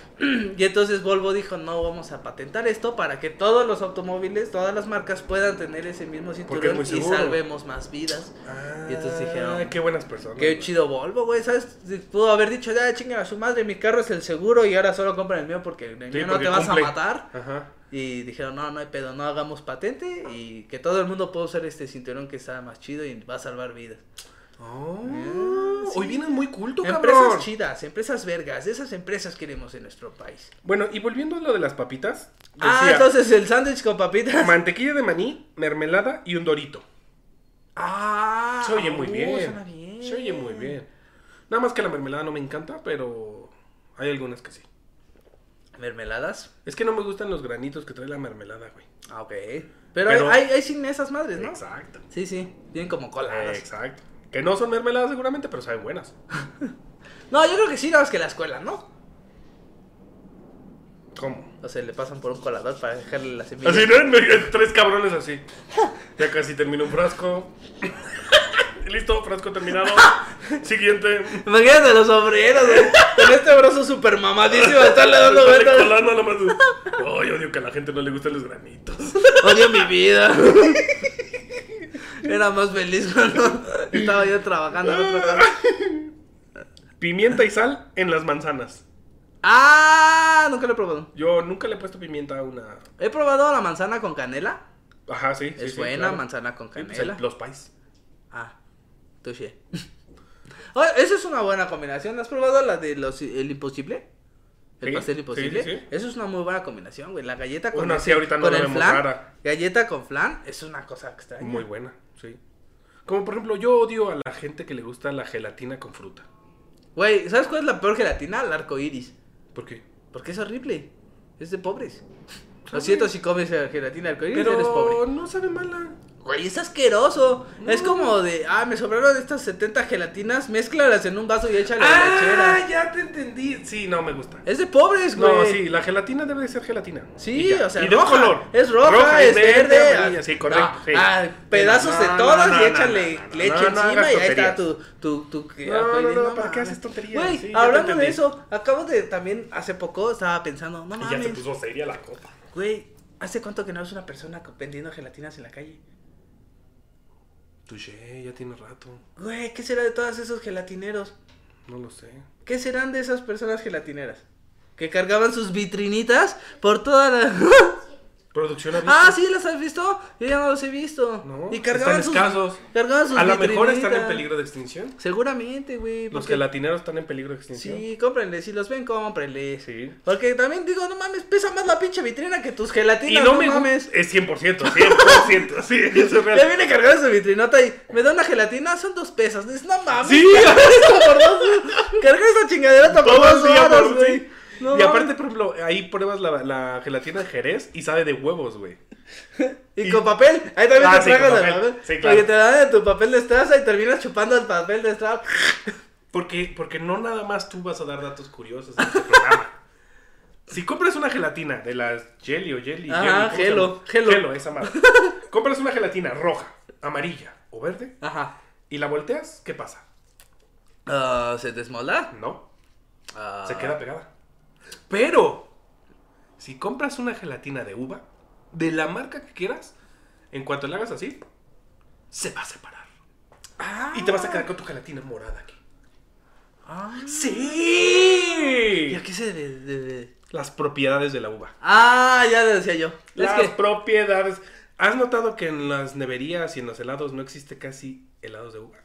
Speaker 2: Y entonces Volvo dijo, no, vamos a patentar esto para que todos los automóviles, todas las marcas puedan tener ese mismo
Speaker 1: Porque es
Speaker 2: cinturón
Speaker 1: muy
Speaker 2: y
Speaker 1: seguro.
Speaker 2: salvemos más vidas.
Speaker 1: Ah,
Speaker 2: Y entonces dijeron,
Speaker 1: Qué buenas personas.
Speaker 2: Qué
Speaker 1: güey.
Speaker 2: chido Volvo, güey, ¿sabes? Pudo haber dicho, ya, chinga a su madre, mi carro es el seguro y ahora solo compra el mío porque el mío
Speaker 1: Sí,
Speaker 2: no
Speaker 1: porque
Speaker 2: te vas
Speaker 1: cumple.
Speaker 2: a matar.
Speaker 1: Ajá.
Speaker 2: Y dijeron, no, no hay pedo, no hagamos patente y que todo el mundo pueda usar este cinturón que está más chido y va a salvar vidas.
Speaker 1: Oh,
Speaker 2: Ah,
Speaker 1: Hoy
Speaker 2: sí.
Speaker 1: vienes muy culto,
Speaker 2: Empresas
Speaker 1: cabrón.
Speaker 2: chidas, empresas vergas, de esas empresas queremos en nuestro país.
Speaker 1: Bueno, y volviendo a lo de las papitas.
Speaker 2: ah,
Speaker 1: decía,
Speaker 2: entonces el sándwich con papitas.
Speaker 1: Mantequilla de maní, mermelada y un dorito.
Speaker 2: Ah,
Speaker 1: Se oye muy
Speaker 2: uh,
Speaker 1: bien.
Speaker 2: suena bien.
Speaker 1: Se oye muy bien. Nada más que la mermelada no me encanta, pero hay algunas que sí.
Speaker 2: Mermeladas.
Speaker 1: Es que no me gustan los granitos que trae la mermelada, güey.
Speaker 2: Ah, ok. Pero,
Speaker 1: Pero-
Speaker 2: hay, hay sin esas madres, ¿no?
Speaker 1: Exacto.
Speaker 2: Sí, sí, bien como coladas.
Speaker 1: Exacto. Que no son mermeladas seguramente, pero saben buenas.
Speaker 2: No, yo creo que sí, nada más que la escuela, ¿no?
Speaker 1: ¿Cómo?
Speaker 2: O sea, le pasan por un colador para dejarle la semilla.
Speaker 1: Así, ¿no? Me- Tres cabrones así. Ya casi termino un frasco. Listo, frasco terminado. Siguiente.
Speaker 2: Imagínate los obreros, güey. Con este brazo super mamadísimo, estarle dando
Speaker 1: Dale
Speaker 2: vueltas.
Speaker 1: colando a la madre. Ay, odio que a la gente no le gustan los granitos.
Speaker 2: Odio mi vida. Era más feliz cuando estaba yo trabajando en otro carro.
Speaker 1: Pimienta y sal en las manzanas.
Speaker 2: Ah, nunca lo he probado.
Speaker 1: Yo nunca le he puesto pimienta a una.
Speaker 2: He probado la manzana con canela.
Speaker 1: Ajá, sí. sí,
Speaker 2: es
Speaker 1: sí,
Speaker 2: buena
Speaker 1: claro.
Speaker 2: manzana con
Speaker 1: Sí, pues,
Speaker 2: canela.
Speaker 1: el- los pais.
Speaker 2: Ah, touché. Oh, esa es una buena combinación. ¿Has probado la de los el imposible? El
Speaker 1: Sí,
Speaker 2: pastel
Speaker 1: sí,
Speaker 2: imposible.
Speaker 1: sí, sí.
Speaker 2: Eso es una muy buena combinación, güey. La galleta con,
Speaker 1: Bueno,
Speaker 2: el-
Speaker 1: sí, ahorita no
Speaker 2: con
Speaker 1: la
Speaker 2: el
Speaker 1: vemos
Speaker 2: flan.
Speaker 1: rara.
Speaker 2: Galleta con flan es una cosa extraña.
Speaker 1: Muy buena, sí. Como por ejemplo, yo odio a la gente que le gusta la gelatina con fruta. Mm.
Speaker 2: Güey, ¿sabes cuál es la peor gelatina? El arco iris.
Speaker 1: ¿Por qué?
Speaker 2: Porque es horrible. Es de pobres. Lo
Speaker 1: güey.
Speaker 2: siento si comes eh, gelatina arcoíris, eres
Speaker 1: Pero
Speaker 2: pobre.
Speaker 1: no sabe mala.
Speaker 2: Güey, es asqueroso. Es como de, ah, me sobraron estas 70 gelatinas, mézclalas en un vaso y échale a la
Speaker 1: Ah,
Speaker 2: lechera.
Speaker 1: ya te entendí. Sí, no me gusta.
Speaker 2: Es de pobres, güey.
Speaker 1: No, sí, la gelatina debe de ser gelatina.
Speaker 2: Sí,
Speaker 1: Y ya.
Speaker 2: o sea,
Speaker 1: y de un
Speaker 2: roja,
Speaker 1: color.
Speaker 2: es roja, es verde,
Speaker 1: amarilla,
Speaker 2: ah,
Speaker 1: sí, correcto.
Speaker 2: no,
Speaker 1: sí.
Speaker 2: ah, pedazos de
Speaker 1: No, no,
Speaker 2: todas
Speaker 1: no,
Speaker 2: y
Speaker 1: no,
Speaker 2: échale
Speaker 1: no, no,
Speaker 2: leche
Speaker 1: no, no
Speaker 2: encima
Speaker 1: hagas
Speaker 2: y ahí está
Speaker 1: tonterías.
Speaker 2: tu, tu, tu que-
Speaker 1: No, no,
Speaker 2: arcoíris,
Speaker 1: no, ¿para
Speaker 2: mames.
Speaker 1: qué haces tonterías?
Speaker 2: Güey,
Speaker 1: Sí, ya te
Speaker 2: hablando de
Speaker 1: entendí.
Speaker 2: eso, acabo de también, hace poco estaba pensando, no
Speaker 1: Y ya se
Speaker 2: mames,
Speaker 1: puso seria la cosa.
Speaker 2: güey, ¿hace cuánto que no es una persona co- vendiendo gelatinas en la calle?
Speaker 1: Touché, ya tiene rato.
Speaker 2: Güey, ¿qué será de todos esos gelatineros?
Speaker 1: No lo sé.
Speaker 2: ¿Qué serán de esas personas gelatineras? Que cargaban sus vitrinitas por toda la...
Speaker 1: Producción a
Speaker 2: ah, sí, ¿las has visto? Yo ya no los he visto.
Speaker 1: No,
Speaker 2: y cargaban
Speaker 1: están
Speaker 2: sus,
Speaker 1: escasos.
Speaker 2: cargaban sus
Speaker 1: A lo mejor
Speaker 2: vitrinitas.
Speaker 1: están en peligro de extinción.
Speaker 2: Seguramente, güey.
Speaker 1: Los
Speaker 2: porque-
Speaker 1: gelatineros están en peligro de extinción.
Speaker 2: Sí, cómprenle. Si los ven, cómprenle.
Speaker 1: Sí.
Speaker 2: Porque también digo, no mames, pesa más la pinche vitrina que tus gelatinas.
Speaker 1: Y no, me
Speaker 2: mames.
Speaker 1: mames. Es 100%, 100%, sí, eso es
Speaker 2: Ya
Speaker 1: real.
Speaker 2: viene cargada su vitrinota y me da una gelatina, son dos pesos. Dices, no mames.
Speaker 1: Sí,
Speaker 2: Cargar esa chingaderota por
Speaker 1: Todo el
Speaker 2: dos
Speaker 1: día,
Speaker 2: horas,
Speaker 1: por-
Speaker 2: güey.
Speaker 1: sí.
Speaker 2: No
Speaker 1: y
Speaker 2: mames.
Speaker 1: aparte, por ejemplo, ahí pruebas la, la gelatina de Jerez y sabe de huevos, güey.
Speaker 2: Y
Speaker 1: y-
Speaker 2: con papel. Ahí también
Speaker 1: Ah,
Speaker 2: te
Speaker 1: sí, con
Speaker 2: tragas el
Speaker 1: papel.
Speaker 2: papel.
Speaker 1: Sí, claro.
Speaker 2: Porque te dan de tu papel de estraza y terminas chupando el papel de estraza.
Speaker 1: Porque, porque no nada más tú vas a dar datos curiosos en este programa. Si compras una gelatina de las Jelly o Jelly,
Speaker 2: Ajá,
Speaker 1: jelly, ¿cómo se
Speaker 2: Ah, Gelo,
Speaker 1: llama?
Speaker 2: Gelo.
Speaker 1: esa madre. compras una gelatina roja, amarilla o verde
Speaker 2: Ajá.
Speaker 1: y la volteas, ¿qué pasa?
Speaker 2: Ah, ¿Se desmola?
Speaker 1: No,
Speaker 2: Ah.
Speaker 1: se queda pegada. Pero, si compras una gelatina de uva, de la marca que quieras, en cuanto la hagas así, se va a separar.
Speaker 2: Ah.
Speaker 1: Y te vas a quedar con tu gelatina morada aquí.
Speaker 2: Ah. ¿Y
Speaker 1: ¡Sí!
Speaker 2: a qué se debe? debe?
Speaker 1: Las propiedades de la uva.
Speaker 2: Ah, ya lo decía yo.
Speaker 1: Las
Speaker 2: Es que.
Speaker 1: propiedades. ¿Has notado que en las neverías y en los helados no existe casi helados de uva?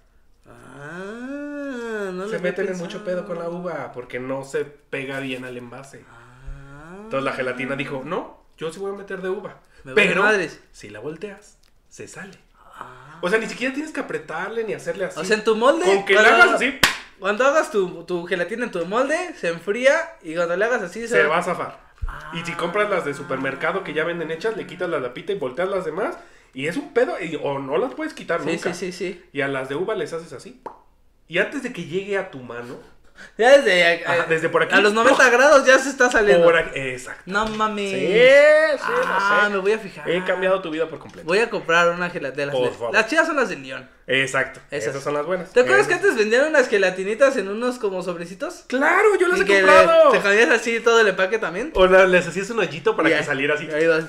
Speaker 2: Ah, no
Speaker 1: se meten en mucho pedo con la uva porque no se pega bien al envase.
Speaker 2: Ah.
Speaker 1: Entonces la gelatina dijo, no, yo sí voy a meter de uva.
Speaker 2: Me vale
Speaker 1: Pero
Speaker 2: madres. Ah.
Speaker 1: si la volteas, se sale. O sea, ni siquiera tienes que apretarle ni hacerle así.
Speaker 2: O sea, en tu molde.
Speaker 1: Con que la
Speaker 2: cuando-
Speaker 1: hagas así,
Speaker 2: Cuando hagas tu, tu gelatina en tu molde, se enfría y cuando le hagas así
Speaker 1: se va a zafar. Y si
Speaker 2: Ah.
Speaker 1: compras las de supermercado que ya venden hechas, le quitas la lapita y volteas las demás. Y es un pedo, y- o no las puedes quitar
Speaker 2: Sí,
Speaker 1: nunca.
Speaker 2: sí, sí, sí.
Speaker 1: Y a las de uva les haces así. Y antes de que llegue a tu mano,
Speaker 2: Ya desde, eh,
Speaker 1: Ajá, Ah, desde por aquí.
Speaker 2: A los 90 grados ya se está saliendo.
Speaker 1: por aquí- Exacto.
Speaker 2: No mames.
Speaker 1: Sí, sí, lo
Speaker 2: ah,
Speaker 1: sé.
Speaker 2: me voy a fijar.
Speaker 1: He cambiado tu vida por completo.
Speaker 2: Voy a comprar una gelatina.
Speaker 1: Por
Speaker 2: Las,
Speaker 1: favor.
Speaker 2: las chidas son las de León.
Speaker 1: Exacto.
Speaker 2: Esas.
Speaker 1: Esas. son las buenas.
Speaker 2: ¿Te acuerdas
Speaker 1: Esas.
Speaker 2: que antes vendían unas gelatinitas en unos como sobrecitos?
Speaker 1: Claro, yo las
Speaker 2: Y
Speaker 1: he
Speaker 2: que le-
Speaker 1: comprado.
Speaker 2: te cambias así todo el empaque también.
Speaker 1: O la- les hacías un hoyito para
Speaker 2: Y
Speaker 1: que
Speaker 2: ahí-
Speaker 1: saliera así.
Speaker 2: ahí vas.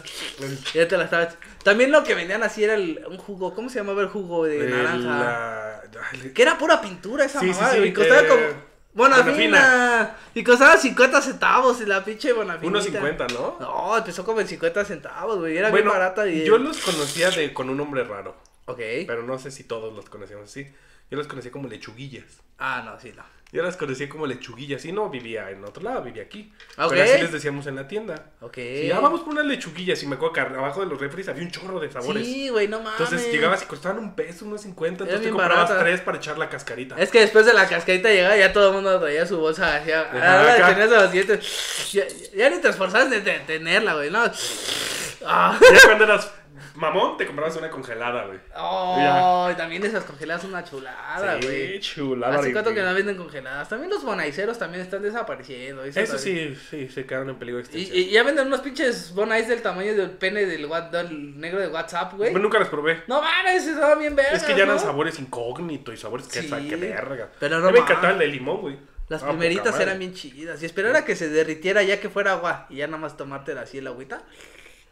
Speaker 2: Ya te la estabas. También lo que vendían así era el- un jugo. ¿Cómo se llamaba el jugo de
Speaker 1: Eh,
Speaker 2: naranja?
Speaker 1: la- Ay,
Speaker 2: Que era pura pintura esa
Speaker 1: Sí, sí,
Speaker 2: mamada,
Speaker 1: sí,
Speaker 2: güey, costaba
Speaker 1: eh,
Speaker 2: como. Bonafina.
Speaker 1: Bonafina.
Speaker 2: Y costaba 50 centavos y la pinche Bonafina.
Speaker 1: 1.50, ¿no?
Speaker 2: No, empezó como en 50 centavos, güey. Era
Speaker 1: bueno,
Speaker 2: bien barata. Y...
Speaker 1: yo los conocía de, con un nombre raro.
Speaker 2: Ok.
Speaker 1: Pero no sé si todos los conocíamos así. Yo los conocía como lechuguillas.
Speaker 2: Ah, no, sí, no.
Speaker 1: Yo las conocía como lechuguillas. Y no vivía en otro lado, vivía aquí.
Speaker 2: Ah,
Speaker 1: Pero
Speaker 2: ok.
Speaker 1: así les decíamos en la tienda.
Speaker 2: Ok.
Speaker 1: Y ya vamos por unas lechuguillas. Y me acuerdo que abajo de los refres había un chorro de sabores.
Speaker 2: Sí, güey, no mames.
Speaker 1: Entonces llegabas y costaban un peso, unos cincuenta,
Speaker 2: Era
Speaker 1: entonces te
Speaker 2: bien
Speaker 1: comprabas
Speaker 2: barata.
Speaker 1: tres para echar la cascarita.
Speaker 2: Es que después de la cascadita llegaba ya todo el mundo traía su bolsa. Ya,
Speaker 1: Ajá,
Speaker 2: ahora
Speaker 1: acá.
Speaker 2: tenías a los dientes. Ya, ya ni te esforzabas de, de tenerla, güey. No. Ah.
Speaker 1: Ya cuando eras mamón, te comprabas una congelada, güey.
Speaker 2: Oh, y también esas congeladas son una chulada,
Speaker 1: Sí,
Speaker 2: güey.
Speaker 1: chulada.
Speaker 2: Hace
Speaker 1: de-
Speaker 2: cuánto que no venden congeladas. También los bonaiceros también están desapareciendo.
Speaker 1: Eso
Speaker 2: también.
Speaker 1: sí, sí, se quedaron en peligro de
Speaker 2: Y,
Speaker 1: extinción.
Speaker 2: y ya venden unos pinches bonais del tamaño del pene del, wa- del negro de WhatsApp, güey.
Speaker 1: Yo nunca las probé.
Speaker 2: No mames, estaban bien vergas,
Speaker 1: Es que ya eran
Speaker 2: ¿no?
Speaker 1: sabores incógnito y sabores que,
Speaker 2: Sí.
Speaker 1: que verga.
Speaker 2: Pero
Speaker 1: Pero
Speaker 2: no
Speaker 1: no me
Speaker 2: mames.
Speaker 1: encantaba el de limón, güey.
Speaker 2: Las
Speaker 1: Ah, poca
Speaker 2: primeritas
Speaker 1: madre.
Speaker 2: eran bien chidas. Y esperar a que se derritiera ya que fuera agua. Y ya nada más tomártela así el agüita.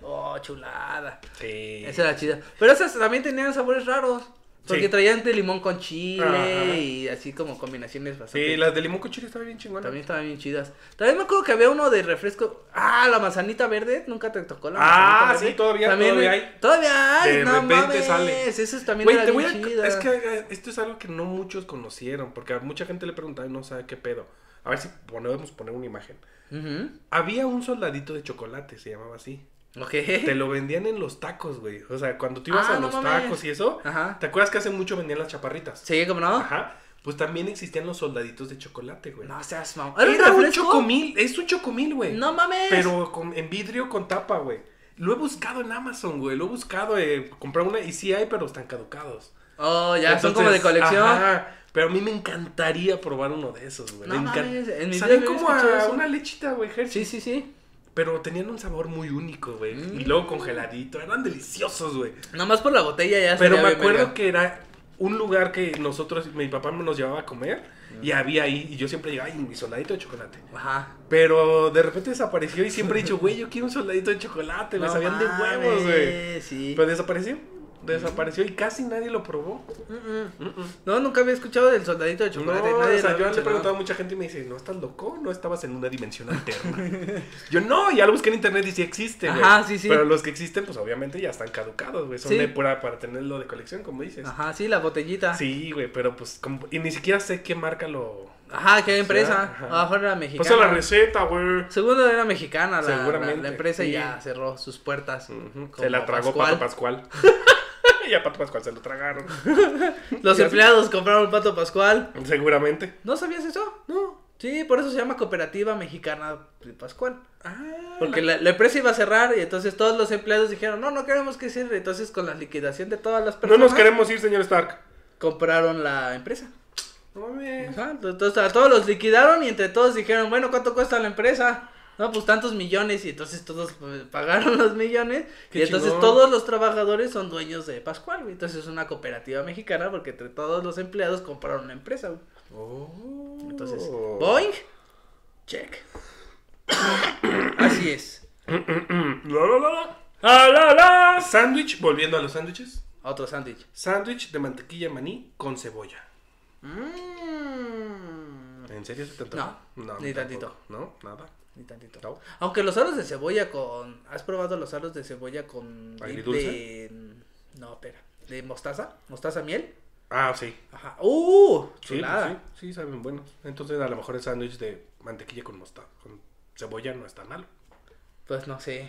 Speaker 2: Oh, chulada.
Speaker 1: Sí.
Speaker 2: Esa era chida. Pero esas también tenían sabores raros. Porque
Speaker 1: Sí.
Speaker 2: traían de limón con chile
Speaker 1: Ajá.
Speaker 2: y así como combinaciones bastante.
Speaker 1: Sí, las de limón con chile estaban bien chingonas.
Speaker 2: También estaban bien chidas. También me acuerdo que había uno de refresco. Ah, la manzanita verde. Nunca te tocó la
Speaker 1: Ah,
Speaker 2: manzanita verde?
Speaker 1: sí, todavía- todavía hay.
Speaker 2: Todavía hay.
Speaker 1: De
Speaker 2: no
Speaker 1: repente
Speaker 2: mames.
Speaker 1: sale.
Speaker 2: Eso también
Speaker 1: Güey,
Speaker 2: era
Speaker 1: te voy
Speaker 2: bien
Speaker 1: a-
Speaker 2: chida.
Speaker 1: Es que eh, esto es algo que no muchos conocieron, porque a mucha gente le preguntaba y no sabe qué pedo. A ver si podemos poner una imagen.
Speaker 2: Ujú.
Speaker 1: Había un soldadito de chocolate, se llamaba así.
Speaker 2: Ok.
Speaker 1: Te lo vendían en los tacos, güey. O sea, cuando tú ibas
Speaker 2: Ah,
Speaker 1: a
Speaker 2: no
Speaker 1: los
Speaker 2: mames.
Speaker 1: tacos y eso,
Speaker 2: Ajá.
Speaker 1: ¿te acuerdas que hace mucho vendían las chaparritas?
Speaker 2: Sí, como no.
Speaker 1: Ajá. Pues también existían los soldaditos de chocolate, güey.
Speaker 2: No seas mamón.
Speaker 1: Era, un
Speaker 2: refresco?
Speaker 1: chocomil, es un chocomil, güey.
Speaker 2: No mames.
Speaker 1: Pero con- en vidrio con tapa, güey. Lo he buscado en Amazon, güey. Lo he buscado, eh, comprar una y sí hay, pero están caducados.
Speaker 2: Oh, ya son
Speaker 1: Entonces,
Speaker 2: como de colección.
Speaker 1: ajá, pero a mí me encantaría probar uno de esos, güey.
Speaker 2: No
Speaker 1: Me encan-
Speaker 2: mames, en mi
Speaker 1: Sabía
Speaker 2: vida había
Speaker 1: como
Speaker 2: escuchado
Speaker 1: a
Speaker 2: eso.
Speaker 1: una lechita, güey, Hershey.
Speaker 2: Sí, sí, sí.
Speaker 1: Pero tenían un sabor muy único, güey.
Speaker 2: Mm.
Speaker 1: Y luego congeladito. Eran deliciosos, güey.
Speaker 2: Nomás por la botella ya
Speaker 1: Pero me
Speaker 2: estaría bien verga.
Speaker 1: acuerdo que era un lugar que nosotros, mi papá nos llevaba a comer. Y
Speaker 2: Mm.
Speaker 1: había ahí, y yo siempre llegaba, ay, mi soldadito de chocolate.
Speaker 2: Ajá.
Speaker 1: Pero de repente desapareció y siempre he dicho, güey, yo quiero un soldadito de chocolate. Me
Speaker 2: No
Speaker 1: sabían de huevos, güey.
Speaker 2: mames, Sí.
Speaker 1: Pero desapareció. Desapareció y casi nadie lo probó.
Speaker 2: Mm, mm.
Speaker 1: Mm, mm.
Speaker 2: No, nunca había escuchado del soldadito de chocolate.
Speaker 1: No,
Speaker 2: nadie
Speaker 1: o sea,
Speaker 2: lo
Speaker 1: yo le he
Speaker 2: había
Speaker 1: preguntado a mucha gente y me dice, ¿no estás loco? No estabas en una dimensión alterna. yo no, ya lo busqué en internet y sí existe, güey.
Speaker 2: Ajá, sí, sí.
Speaker 1: Pero los que existen, pues obviamente ya están caducados, güey. Son
Speaker 2: Sí.
Speaker 1: de pura para tenerlo de colección, como dices.
Speaker 2: Ajá, sí, la botellita.
Speaker 1: Sí, güey, pero pues como... Y ni siquiera sé qué marca lo...
Speaker 2: Ajá, que empresa.
Speaker 1: Ajá.
Speaker 2: A lo mejor era mexicana.
Speaker 1: Pasa la receta, güey.
Speaker 2: Segundo era mexicana, la,
Speaker 1: Seguramente,
Speaker 2: la- la empresa y
Speaker 1: sí.
Speaker 2: ya cerró sus puertas.
Speaker 1: Ujú,
Speaker 2: Como
Speaker 1: Se la tragó
Speaker 2: Pascual.
Speaker 1: Pato Pascual. y a Pato Pascual se lo tragaron.
Speaker 2: Los empleados compraron Pato Pascual.
Speaker 1: Seguramente.
Speaker 2: ¿No sabías eso? No. Sí, por eso se llama Cooperativa Mexicana de Pascual.
Speaker 1: Ah,
Speaker 2: Porque la, la empresa iba a cerrar y entonces todos los empleados dijeron, no, no queremos que cierre. Entonces con la liquidación de todas las
Speaker 1: no
Speaker 2: personas,
Speaker 1: nos queremos ir, señor Stark.
Speaker 2: compraron la empresa.
Speaker 1: No mames.
Speaker 2: Ajá, Entonces a todos los liquidaron y entre todos dijeron, bueno, ¿cuánto cuesta la empresa? No, pues tantos millones y entonces todos pues, pagaron los millones
Speaker 1: Qué
Speaker 2: y entonces
Speaker 1: chingón.
Speaker 2: todos los trabajadores son dueños de Pascual, güey. Entonces es una cooperativa mexicana porque entre todos los empleados compraron una empresa, güey.
Speaker 1: Oh.
Speaker 2: Entonces, Boeing, check. Así es.
Speaker 1: La, la, la, la.
Speaker 3: ¡A la la!
Speaker 1: Sándwich, volviendo a los sándwiches.
Speaker 2: Otro sándwich.
Speaker 1: Sándwich de mantequilla maní con cebolla.
Speaker 2: Mm,
Speaker 1: ¿En serio se te antoja?
Speaker 2: No,
Speaker 1: a mí
Speaker 2: ni
Speaker 1: tampoco.
Speaker 2: tantito.
Speaker 1: No, nada.
Speaker 2: ni tantito.
Speaker 1: No.
Speaker 2: Aunque los aros de cebolla con. ¿Has probado los aros de cebolla con. dip
Speaker 1: ¿Agridulce?
Speaker 2: de- No, espera. ¿De mostaza? ¿Mostaza miel?
Speaker 1: Ah, sí.
Speaker 2: Ajá. ¡Uh!
Speaker 1: Sí,
Speaker 2: Chulada.
Speaker 1: pues sí, sí, saben buenos. Entonces, a lo mejor el sándwich de mantequilla con mostaza, con cebolla no está malo.
Speaker 2: Pues no sé.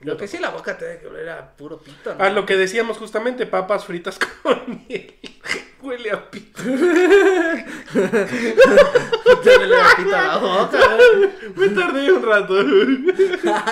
Speaker 1: Yo
Speaker 2: Lo que sí la boca te debe que oler a puro pito. ¿no?
Speaker 1: Ah, lo que decíamos justamente, papas fritas con miel. Huele a pito.
Speaker 2: Te huele a pito a la boca. güey.
Speaker 1: Me tardé un rato.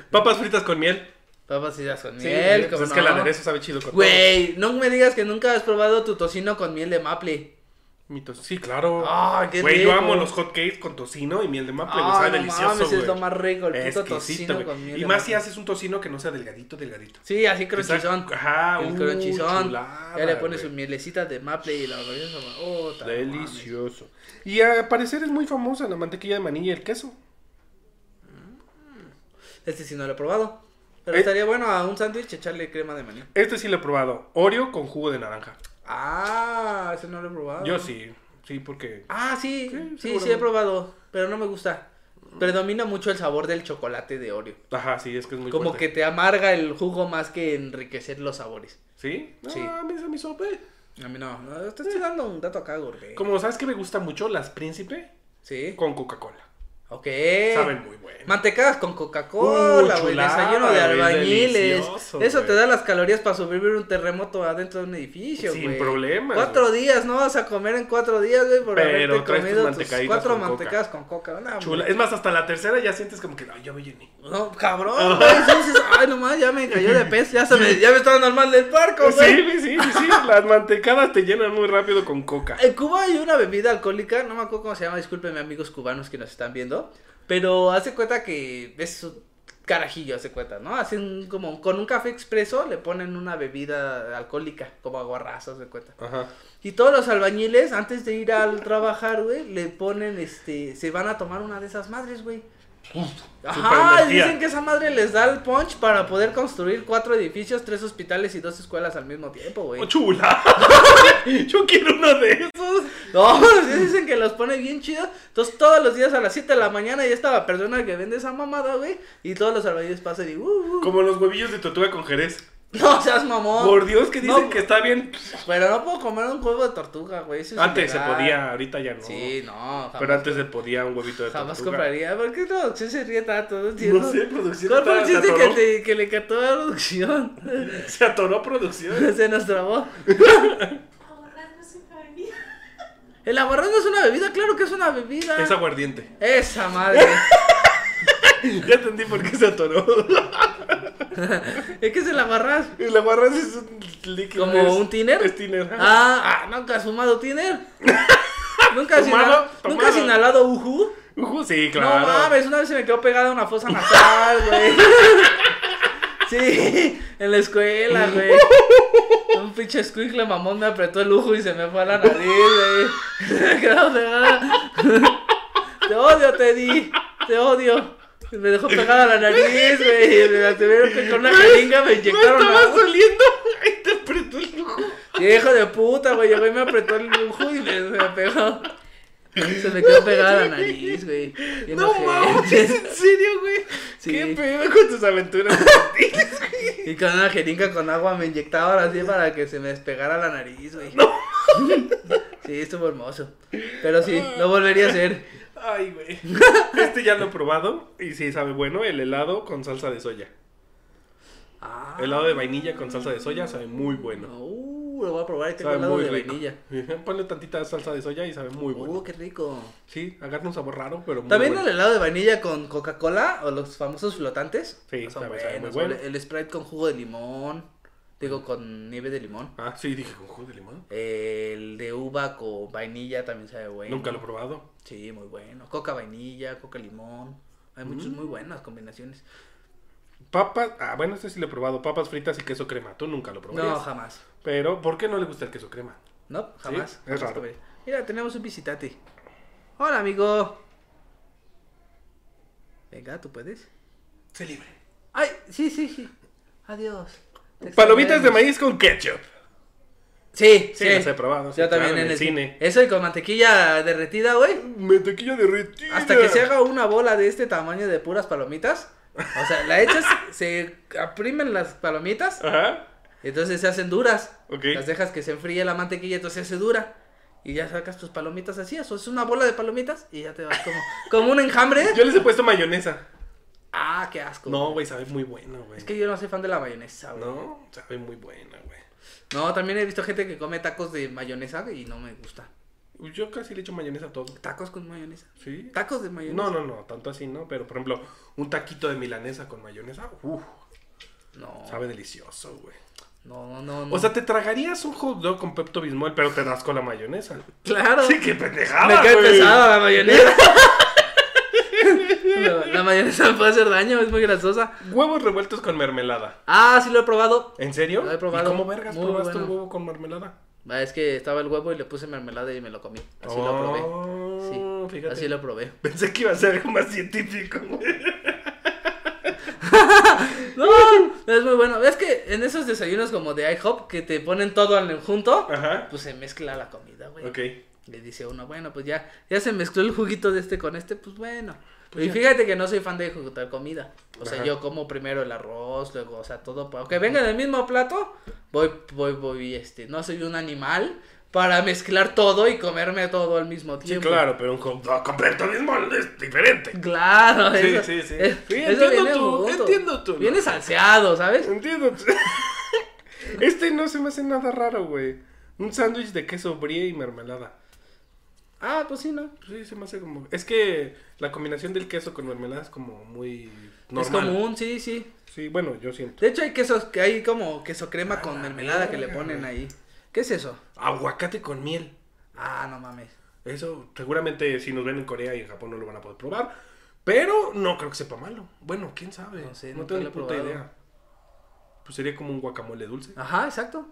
Speaker 1: papas fritas con miel.
Speaker 2: Papas y con
Speaker 1: Sí,
Speaker 2: miel.
Speaker 1: pues
Speaker 2: como
Speaker 1: es que el
Speaker 2: no.
Speaker 1: aderezo sabe chido con
Speaker 2: Güey, no me digas que nunca has probado tu tocino con miel de maple.
Speaker 1: todo. Mi to- Sí, claro.
Speaker 2: Ah, qué
Speaker 1: Güey, yo
Speaker 2: rico.
Speaker 1: amo los hotcakes con tocino y miel de maple. güey,
Speaker 2: Ah,
Speaker 1: sabe
Speaker 2: no
Speaker 1: delicioso,
Speaker 2: mames,
Speaker 1: güey.
Speaker 2: es lo más rico, el puto
Speaker 1: Exquisito,
Speaker 2: tocino
Speaker 1: güey.
Speaker 2: con miel.
Speaker 1: Y
Speaker 2: de
Speaker 1: más si
Speaker 2: maple.
Speaker 1: haces un tocino que no sea delgadito, delgadito.
Speaker 2: Sí, así
Speaker 1: Que sea-
Speaker 2: cronchizón.
Speaker 1: Ajá,
Speaker 2: El
Speaker 1: uh,
Speaker 2: cronchizón.
Speaker 1: chulada,
Speaker 2: ya le pones
Speaker 1: güey.
Speaker 2: su mielecita de maple y la organiza. Oh, ta madre.
Speaker 1: Delicioso. Y al parecer es muy famosa la mantequilla de maní y el queso.
Speaker 2: Este sí no lo he probado. Pero
Speaker 1: Eh.
Speaker 2: estaría bueno a un sándwich echarle crema de maní.
Speaker 1: Este sí lo he probado. Oreo con jugo de naranja.
Speaker 2: Ah, ese no lo he probado.
Speaker 1: Yo sí, sí, porque.
Speaker 2: Ah, sí,
Speaker 1: Sí,
Speaker 2: sí, sí, he
Speaker 1: seguramente.
Speaker 2: probado. Pero no me gusta. Predomina mucho el sabor del chocolate de Oreo.
Speaker 1: Ajá, sí, es que es muy
Speaker 2: Como que
Speaker 1: fuerte.
Speaker 2: te amarga el jugo más que enriquecer los sabores.
Speaker 1: ¿Sí? No,
Speaker 2: Sí.
Speaker 1: a mí se me hizo, eh.
Speaker 2: A mí no. no te estoy dando un dato acá, gordo. eh.
Speaker 1: Como sabes que me gusta mucho las príncipe
Speaker 2: Sí.
Speaker 1: con Coca-Cola.
Speaker 2: Ok.
Speaker 1: Saben muy bueno.
Speaker 2: Mantecadas con Coca-Cola,
Speaker 1: Uh,
Speaker 2: güey.
Speaker 1: chulada,
Speaker 2: Desayuno de
Speaker 1: güey,
Speaker 2: albañiles.
Speaker 1: delicioso,
Speaker 2: Eso
Speaker 1: güey.
Speaker 2: te da las calorías para sobrevivir un terremoto adentro de un edificio, güey.
Speaker 1: Sin problemas,
Speaker 2: Cuatro días, no vas a comer en cuatro días, güey, por
Speaker 1: Pero
Speaker 2: haberte
Speaker 1: traes tus
Speaker 2: comido tus
Speaker 1: mantecaditas
Speaker 2: cuatro
Speaker 1: con coca.
Speaker 2: mantecadas con coca. No,
Speaker 1: Chula. Es más, hasta la tercera ya sientes como que, ay, ya me llené.
Speaker 2: No, cabrón, güey. sí dices, ay, nomás, ya me cayó de peso. Ya, se me, ya me estaba normal del parco, güey.
Speaker 1: Sí, sí, sí, sí. Las mantecadas te llenan muy rápido con coca.
Speaker 2: En Cuba hay una bebida alcohólica, no me acuerdo cómo se llama, discúlpenme amigos cubanos que nos están viendo, pero hace cuenta que es un carajillo, hace cuenta, ¿no? Hacen como con un café expreso le ponen una bebida alcohólica, como aguarrazo, hace cuenta.
Speaker 1: Ajá.
Speaker 2: Y todos los albañiles, antes de ir al trabajar, güey, le ponen, este, se van a tomar una de esas madres, güey. Ajá,
Speaker 1: superenergía.
Speaker 2: dicen que esa madre les da el punch para poder construir cuatro edificios, tres hospitales y dos escuelas al mismo tiempo, güey.
Speaker 1: Oh, chula. Yo quiero uno de esos.
Speaker 2: No, sí dicen que los pone bien chido. Entonces, todos los días a las 7 de la mañana ya está la persona que vende esa mamada, güey. Y todos los albañiles pasan y. Uh, uh.
Speaker 1: Como los huevillos de tortuga con jerez.
Speaker 2: No seas mamón.
Speaker 1: Por Dios que dicen
Speaker 2: No.
Speaker 1: que está bien.
Speaker 2: Pero no puedo comer un huevo de tortuga, güey. eso es
Speaker 1: Antes se
Speaker 2: ilegal.
Speaker 1: podía, ahorita ya no.
Speaker 2: Sí, no. Jamás,
Speaker 1: Pero antes se podía un huevito de
Speaker 2: jamás
Speaker 1: tortuga.
Speaker 2: compraría. ¿Por qué no? Sí se ríe tanto? No, entiendo.
Speaker 1: No sé, producción.
Speaker 2: ¿Cuál fue el
Speaker 1: está- se
Speaker 2: chiste que,
Speaker 1: atoró.
Speaker 2: te- que le cató la producción?
Speaker 1: Se atoró producción.
Speaker 2: se nos trabó.
Speaker 4: Ahorrar no es una bebida.
Speaker 2: El aguarrón no es una bebida, claro que es una bebida.
Speaker 1: Es aguardiente.
Speaker 2: Esa madre.
Speaker 1: Ya entendí por qué se atoró.
Speaker 2: es que se la agarras.
Speaker 1: El aguarrás es un líquido.
Speaker 2: ¿Como
Speaker 1: es-
Speaker 2: un tiner?
Speaker 1: Es tiner.
Speaker 2: Ah, ah, nunca has fumado tiner. Nunca has,
Speaker 1: Fumado,
Speaker 2: inhalado, ¿Nunca has
Speaker 1: tomado.
Speaker 2: inhalado ujú.
Speaker 1: Ujú, sí,
Speaker 2: No
Speaker 1: claro.
Speaker 2: mames, una vez se me quedó pegada una fosa nasal, güey. Sí, en la escuela, güey. Un pinche squinkle mamón me apretó el ujú y se me fue a la nariz, güey. Se me quedó pegada. Te odio, Teddy. Te odio. Me dejó pegada la nariz, güey. Me la tuvieron que con una jeringa me
Speaker 1: Me
Speaker 2: inyectaron
Speaker 1: estaba
Speaker 2: agua.
Speaker 1: saliendo. Ahí te apretó el ojo.
Speaker 2: Hijo de puta, güey. Llegó y me apretó el lujo y me, me pegó. Se me quedó pegada la nariz, güey. Bien
Speaker 1: No
Speaker 2: ojete.
Speaker 1: mames, en serio, güey.
Speaker 2: Sí.
Speaker 3: ¿Qué pedo con tus aventuras?
Speaker 2: Y con una jeringa con agua me inyectaban así para que se me despegara la nariz, güey. Sí, estuvo hermoso. Pero sí, lo volvería a hacer.
Speaker 1: Ay, güey. Este ya lo he probado y sí sabe bueno, el helado con salsa de soya.
Speaker 2: Ah,
Speaker 1: Helado de vainilla con salsa de soya sabe muy bueno.
Speaker 2: Uh, lo voy a probar y tengo
Speaker 1: Sabe
Speaker 2: helado
Speaker 1: muy
Speaker 2: de
Speaker 1: rico.
Speaker 2: vainilla.
Speaker 1: Ponle tantita salsa de soya y sabe muy bueno.
Speaker 2: Uh, qué rico.
Speaker 1: Sí, agarra un sabor raro, pero muy
Speaker 2: También
Speaker 1: bueno.
Speaker 2: el helado de vainilla con Coca-Cola o los famosos flotantes. Ah,
Speaker 1: Sí,
Speaker 2: son
Speaker 1: sabe- sabe muy
Speaker 2: buenos.
Speaker 1: bueno.
Speaker 2: El Sprite con jugo de limón. Digo, con nieve de limón.
Speaker 1: Ah, sí, dije con jugo de limón.
Speaker 2: El de uva con vainilla también sabe bueno.
Speaker 1: Nunca lo he probado.
Speaker 2: Sí, muy bueno. Coca vainilla, coca limón. Hay muchas
Speaker 1: Mm.
Speaker 2: muy buenas combinaciones.
Speaker 1: Papas, ah, bueno, este sí lo he probado. Papas fritas y queso crema. Tú nunca lo probarías.
Speaker 2: No, jamás.
Speaker 1: Pero, ¿por qué no le gusta el queso crema?
Speaker 2: No, jamás.
Speaker 1: es
Speaker 2: jamás
Speaker 1: raro.
Speaker 2: comería. Mira, tenemos un visitante. Hola, amigo. Venga, ¿tú puedes?
Speaker 1: Se libre.
Speaker 2: Ay, sí, sí, sí. Adiós. Te
Speaker 1: Palomitas de
Speaker 2: extrañaremos.
Speaker 1: maíz con ketchup.
Speaker 2: Sí,
Speaker 1: Sí, las he probado. sí,
Speaker 2: Yo
Speaker 1: claro,
Speaker 2: también en, el
Speaker 1: cine.
Speaker 2: cine. Eso y con mantequilla derretida, güey.
Speaker 1: Mantequilla derretida.
Speaker 2: Hasta que se haga una bola de este tamaño de puras palomitas. O sea, la echas, se aprimen las palomitas.
Speaker 1: Ajá.
Speaker 2: Entonces se hacen duras.
Speaker 1: Ok.
Speaker 2: Las dejas que se enfríe la mantequilla, entonces se hace dura. Y ya sacas tus palomitas así, eso es una bola de palomitas y ya te vas como, como un enjambre.
Speaker 1: Yo les he puesto mayonesa.
Speaker 2: Ah, qué asco.
Speaker 1: No, güey, sabe muy bueno, güey.
Speaker 2: Es que yo no soy fan de la mayonesa, güey. No.
Speaker 1: No, sabe muy buena, güey.
Speaker 2: también he visto gente que come tacos de mayonesa y no me gusta.
Speaker 1: Yo casi le echo mayonesa a todo.
Speaker 2: ¿Tacos con mayonesa?
Speaker 1: ¿Sí?
Speaker 2: ¿Tacos de mayonesa?
Speaker 1: No, no, no, tanto así, ¿no? Pero, por ejemplo, un taquito de milanesa con mayonesa, uff,
Speaker 2: No,
Speaker 1: sabe delicioso, güey.
Speaker 2: no, no, no, no.
Speaker 1: O sea, te tragarías un hot dog con Pepto Bismol, pero te das con la mayonesa.
Speaker 2: claro.
Speaker 1: Sí, qué pendejada,
Speaker 2: me cae
Speaker 1: güey.
Speaker 2: pesada la mayonesa. No, la mayonesa me puede hacer daño, es muy grasosa.
Speaker 1: Huevos revueltos con mermelada.
Speaker 2: Ah, sí lo he probado.
Speaker 1: ¿En serio?
Speaker 2: Lo he probado.
Speaker 1: ¿Y cómo vergas
Speaker 2: Muy
Speaker 1: probaste un
Speaker 2: bueno.
Speaker 1: huevo con mermelada?
Speaker 2: Ah, Es que estaba el huevo y le puse mermelada y me lo comí. Así lo probé.
Speaker 1: Oh,
Speaker 2: Sí,
Speaker 1: fíjate.
Speaker 2: así lo probé.
Speaker 1: Pensé que iba a ser algo más científico, güey.
Speaker 2: No, es muy bueno. Es que en esos desayunos como de IHOP que te ponen todo al junto,
Speaker 1: Ajá.
Speaker 2: pues se mezcla la comida, güey.
Speaker 1: Ok.
Speaker 2: Le dice uno, bueno, pues ya, ya se mezcló el juguito de este con este, pues bueno.
Speaker 1: Pues
Speaker 2: y
Speaker 1: ya.
Speaker 2: fíjate que no soy fan de ejecutar comida. O sea,
Speaker 1: Ajá.
Speaker 2: yo como primero el arroz, luego, o sea, todo. pa- Aunque venga en el mismo plato, voy, voy, voy, este. No soy un animal para mezclar todo y comerme todo al mismo
Speaker 1: Sí,
Speaker 2: tiempo.
Speaker 1: claro, pero un hot dog con Pepto Bismol es diferente.
Speaker 2: Claro,
Speaker 1: Sí,
Speaker 2: eso,
Speaker 1: sí, sí.
Speaker 2: eh,
Speaker 1: Sí,
Speaker 2: eso
Speaker 1: entiendo
Speaker 2: viene
Speaker 1: tu-
Speaker 2: junto.
Speaker 1: entiendo tu-
Speaker 2: Viene salseado, ¿sabes?
Speaker 1: Entiendo. Este no se me hace nada raro, güey. Un sándwich de queso brie y mermelada.
Speaker 2: Ah, pues sí, ¿no?
Speaker 1: Sí, se me hace como... Es que la combinación del queso con mermelada es como muy normal.
Speaker 2: Es común, sí, sí.
Speaker 1: Sí, bueno, yo siento.
Speaker 2: De hecho, hay quesos que hay como queso crema con mermelada que le
Speaker 1: verga,
Speaker 2: ponen ahí. ¿Qué es eso?
Speaker 1: Aguacate con miel.
Speaker 2: Ah, no mames.
Speaker 1: Eso seguramente si nos ven en Corea y en Japón no lo van a poder probar. Pero no creo que sepa malo. Bueno, quién sabe. No,
Speaker 2: No sé, nunca
Speaker 1: tengo
Speaker 2: lo
Speaker 1: ni
Speaker 2: he
Speaker 1: puta
Speaker 2: probado. Ah.
Speaker 1: idea. Pues sería como un guacamole dulce.
Speaker 2: Ajá, exacto.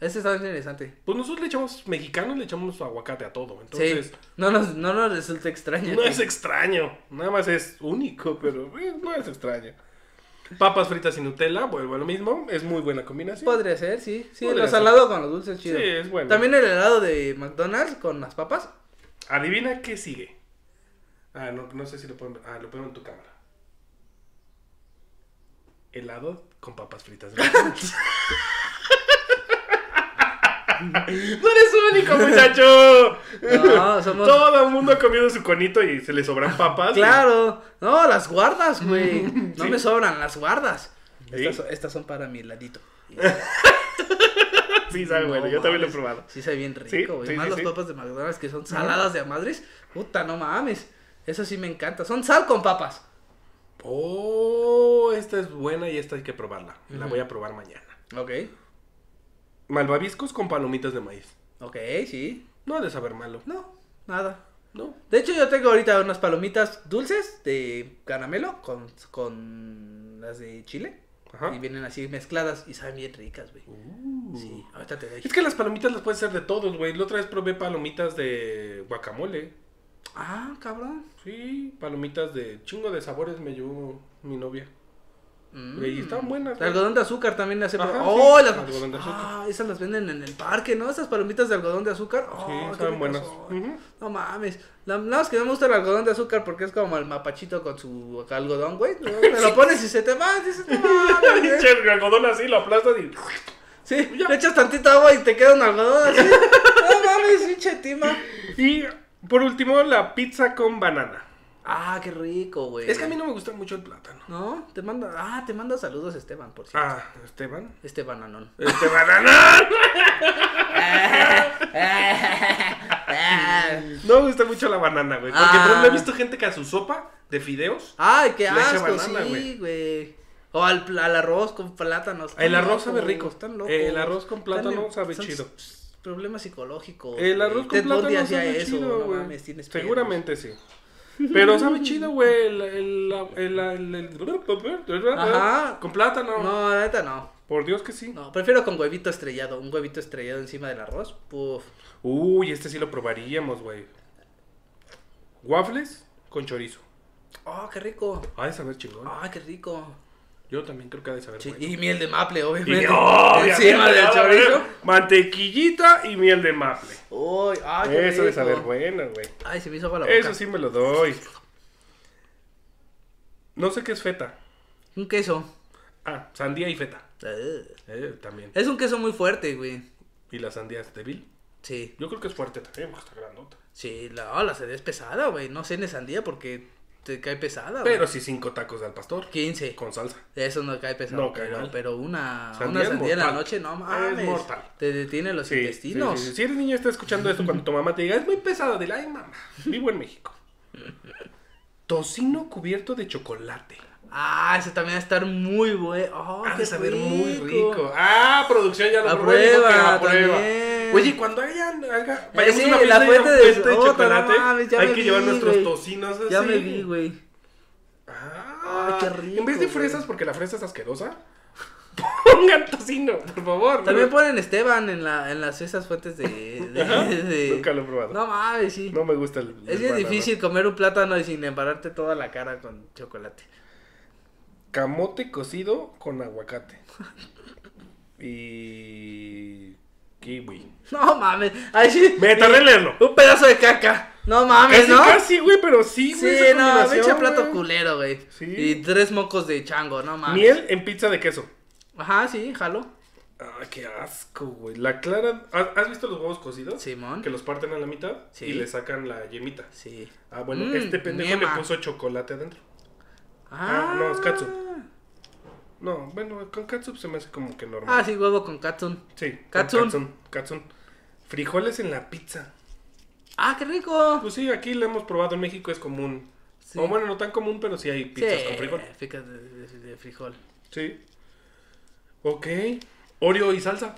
Speaker 2: Ese está interesante.
Speaker 1: Pues nosotros le echamos mexicanos, le echamos aguacate a todo. Entonces,
Speaker 2: sí. No nos, no nos resulta extraño.
Speaker 1: no es extraño. Nada más es único, pero eh, no es extraño. Papas fritas y Nutella, vuelvo a lo mismo. Es muy buena combinación.
Speaker 2: Podría ser, sí. Sí,
Speaker 1: Podría
Speaker 2: lo
Speaker 1: ser.
Speaker 2: salado con los dulces,
Speaker 1: Sí,
Speaker 2: chido.
Speaker 1: es bueno.
Speaker 2: También el helado de McDonald's con las papas.
Speaker 1: Adivina qué sigue. Ah, no, no sé si lo pueden ver. Ah, lo pueden ver en tu cámara. Helado con papas fritas. no eres único, muchacho.
Speaker 2: No, somos-
Speaker 1: Todo el mundo ha comido su conito y se le sobran papas.
Speaker 2: Claro. No, las guardas, güey. No
Speaker 1: Sí.
Speaker 2: me sobran, las guardas.
Speaker 1: Sí.
Speaker 2: Estas, estas son para mi heladito.
Speaker 1: Sí, sabe,
Speaker 2: No
Speaker 1: bueno, yo también lo he
Speaker 2: mames.
Speaker 1: probado.
Speaker 2: Sí, sabe bien
Speaker 1: Sí,
Speaker 2: rico, güey.
Speaker 1: sí,
Speaker 2: Más
Speaker 1: sí,
Speaker 2: las
Speaker 1: sí.
Speaker 2: papas de McDonald's que son saladas de a madres. Puta, no mames. Eso sí me encanta. Son sal con papas.
Speaker 1: Oh, esta es buena y esta hay que probarla. La
Speaker 2: Ujú.
Speaker 1: voy a probar mañana.
Speaker 2: Ok.
Speaker 1: Malvaviscos con palomitas de maíz.
Speaker 2: Ok, sí.
Speaker 1: No ha de saber malo.
Speaker 2: No, nada.
Speaker 1: No.
Speaker 2: De hecho, yo tengo ahorita unas palomitas dulces de caramelo con, con las de chile.
Speaker 1: Ajá.
Speaker 2: Y vienen así mezcladas y saben bien ricas, güey.
Speaker 1: Uh.
Speaker 2: Sí, ahorita te doy.
Speaker 1: Es que las palomitas las puedes hacer de todos, güey. La otra vez probé palomitas de guacamole.
Speaker 2: Ah, cabrón.
Speaker 1: Sí, palomitas de chingo de sabores me llevó mi novia.
Speaker 2: Mm.
Speaker 1: Y estaban buenas.
Speaker 2: El algodón de azúcar también le hace.
Speaker 1: Ajá,
Speaker 2: ¡Oh!
Speaker 1: sí,
Speaker 2: las-
Speaker 1: algodón de azúcar.
Speaker 2: Ah, esas las venden en el parque, ¿no? Esas palomitas de algodón de azúcar. Oh,
Speaker 1: Sí,
Speaker 2: qué
Speaker 1: estaban
Speaker 2: ricas
Speaker 1: buenas.
Speaker 2: son.
Speaker 1: Ujú.
Speaker 2: No mames. La, nada más que no me gusta el algodón de azúcar porque es como el mapachito con su algodón, güey. ¿no? Te lo pones y se te va, y se te va. güey.
Speaker 3: Pinche el algodón así, lo aplastas y.
Speaker 2: Sí, le echas tantita agua y te queda un algodón así. No mames, pinche tima.
Speaker 1: Y por último, la pizza con banana.
Speaker 2: Ah, qué rico, güey.
Speaker 1: Es que a mí no me gusta mucho el plátano.
Speaker 2: No, te manda. Ah, te manda saludos, Esteban, por cierto.
Speaker 1: Ah, Esteban.
Speaker 2: Este bananón.
Speaker 1: Este banana. No me gusta mucho la banana, güey. Porque
Speaker 2: Ah.
Speaker 1: por ejemplo, he visto gente que a su sopa de fideos.
Speaker 2: Ay, qué
Speaker 1: Le echa
Speaker 2: asco,
Speaker 1: banana,
Speaker 2: sí,
Speaker 1: güey.
Speaker 2: güey. O al, pl- al arroz con plátanos.
Speaker 1: El
Speaker 2: Están
Speaker 1: arroz sabe
Speaker 2: locos,
Speaker 1: rico.
Speaker 2: Están locos.
Speaker 1: El arroz con
Speaker 2: Están
Speaker 1: plátano
Speaker 2: en-
Speaker 1: sabe
Speaker 2: son
Speaker 1: chido.
Speaker 2: s- Problemas psicológicos.
Speaker 1: El
Speaker 2: güey.
Speaker 1: arroz con
Speaker 2: Ted
Speaker 1: plátano
Speaker 2: Bundy hacía
Speaker 1: sabe
Speaker 2: eso,
Speaker 1: chido,
Speaker 2: no
Speaker 1: güey.
Speaker 2: mames, tienes pedos.
Speaker 1: Seguramente sí. Pero sabe chido, güey. El, el, el, el- el-
Speaker 2: Ajá.
Speaker 1: Con plátano.
Speaker 2: No, la neta no.
Speaker 1: Por Dios que sí.
Speaker 2: No, prefiero con huevito estrellado. Un huevito estrellado encima del arroz. Puf.
Speaker 1: Uy, este sí lo probaríamos, güey. Waffles con chorizo.
Speaker 2: Oh, qué rico.
Speaker 1: Ha de saber chingón.
Speaker 2: Ah, qué rico.
Speaker 1: Yo también creo que ha de saber.
Speaker 2: Sí,
Speaker 1: bueno.
Speaker 2: y miel de maple, obviamente.
Speaker 3: Y obviamente,
Speaker 2: Encima del
Speaker 3: a ver,
Speaker 2: chorizo.
Speaker 3: Mantequillita y miel de maple.
Speaker 2: Uy, ah, qué
Speaker 3: Eso de
Speaker 2: rico.
Speaker 3: saber bueno, güey.
Speaker 2: Ay, se me hizo agua la boca.
Speaker 3: Eso sí me lo doy.
Speaker 1: No sé qué es feta.
Speaker 2: Un queso.
Speaker 1: Ah, sandía y feta.
Speaker 2: Eh,
Speaker 1: Eh, también.
Speaker 2: Es un queso muy fuerte, güey.
Speaker 1: ¿Y la sandía es débil?
Speaker 2: Sí,
Speaker 1: Yo creo que es fuerte también, porque está grandota.
Speaker 2: sí, la, ah, la sandía es pesada, güey. No cenes sandía porque te cae pesada, güey.
Speaker 1: Pero sí cinco tacos al pastor.
Speaker 2: 15.
Speaker 1: Con salsa.
Speaker 2: Eso no cae pesado.
Speaker 1: No cae
Speaker 2: pero,
Speaker 1: mal.
Speaker 2: pero una
Speaker 1: Sandía
Speaker 2: una
Speaker 1: es
Speaker 2: sandía en la
Speaker 1: mortal.
Speaker 2: noche, no
Speaker 1: Es
Speaker 2: mames.
Speaker 1: mortal.
Speaker 2: Te detiene los
Speaker 1: Sí,
Speaker 2: intestinos.
Speaker 1: sí, sí, sí. Si eres niño y estás escuchando esto, cuando tu mamá te diga, es muy pesada, de ay, mamá, vivo en México. Tocino cubierto de chocolate.
Speaker 2: Ah, ese también va a estar muy bueno.
Speaker 1: Ha de saber muy rico. Ah, producción ya lo probó, dijo que
Speaker 2: Oh, Aprueba,
Speaker 1: aprueba.
Speaker 2: también.
Speaker 1: Oye, cuando hayan, haga, vayamos
Speaker 2: sí,
Speaker 1: a una fiesta
Speaker 2: la
Speaker 1: y una
Speaker 2: fuente de-
Speaker 1: fiesta de,
Speaker 2: oh,
Speaker 1: chocolate,
Speaker 2: no mames, ya
Speaker 1: hay
Speaker 2: me
Speaker 1: que llevar
Speaker 2: vi,
Speaker 1: nuestros
Speaker 2: güey.
Speaker 1: tocinos así.
Speaker 2: Ya me vi, güey.
Speaker 1: Ah,
Speaker 2: Ay, qué rico,
Speaker 1: En vez de
Speaker 2: güey.
Speaker 1: fresas, porque la fresa es asquerosa, pongan tocino, por favor.
Speaker 2: También ponen Esteban en, la, en las esas fuentes de... de- de-
Speaker 3: Nunca lo he probado. No,
Speaker 2: No mames, sí.
Speaker 3: me gusta el. el
Speaker 2: es bien
Speaker 3: banano.
Speaker 2: difícil comer un plátano y sin embarrarte toda la cara con chocolate.
Speaker 1: Camote cocido con aguacate. Y. kiwi.
Speaker 2: No mames. Ahí sí.
Speaker 3: Me tardé en leerlo.
Speaker 2: Un pedazo de caca. No mames,
Speaker 3: Casi,
Speaker 2: ¿no?
Speaker 3: casi, güey, pero sí, güey.
Speaker 2: Sí,
Speaker 3: esa
Speaker 2: no,
Speaker 3: combinación,
Speaker 2: pinche plato
Speaker 3: güey.
Speaker 2: culero, güey.
Speaker 3: Sí.
Speaker 2: Y tres mocos de chango, no mames.
Speaker 3: Miel en pizza de queso.
Speaker 2: Ajá, sí, jalo.
Speaker 1: Ah, qué asco, güey. La clara. ¿Has has visto los huevos cocidos?
Speaker 2: Simón.
Speaker 1: Que los parten a la mitad
Speaker 2: Sí.
Speaker 1: y le sacan la yemita.
Speaker 2: Sí.
Speaker 1: Ah, bueno,
Speaker 2: Mm,
Speaker 1: este pendejo
Speaker 2: yema.
Speaker 1: le puso chocolate adentro.
Speaker 2: Ah,
Speaker 1: Ah, no, es katsu. No, bueno, con catsup se me hace como que normal.
Speaker 2: Ah, sí, huevo con katsun.
Speaker 1: Sí, con
Speaker 2: Catsup.
Speaker 1: catsup, catsup. Frijoles en la pizza.
Speaker 2: Ah, qué rico.
Speaker 1: Pues sí, aquí lo hemos probado en México, es común.
Speaker 2: Sí.
Speaker 1: O bueno, no tan común, pero sí hay pizzas con frijol.
Speaker 2: Fíjate de, de- de frijol.
Speaker 1: Sí. Ok. Oreo y salsa.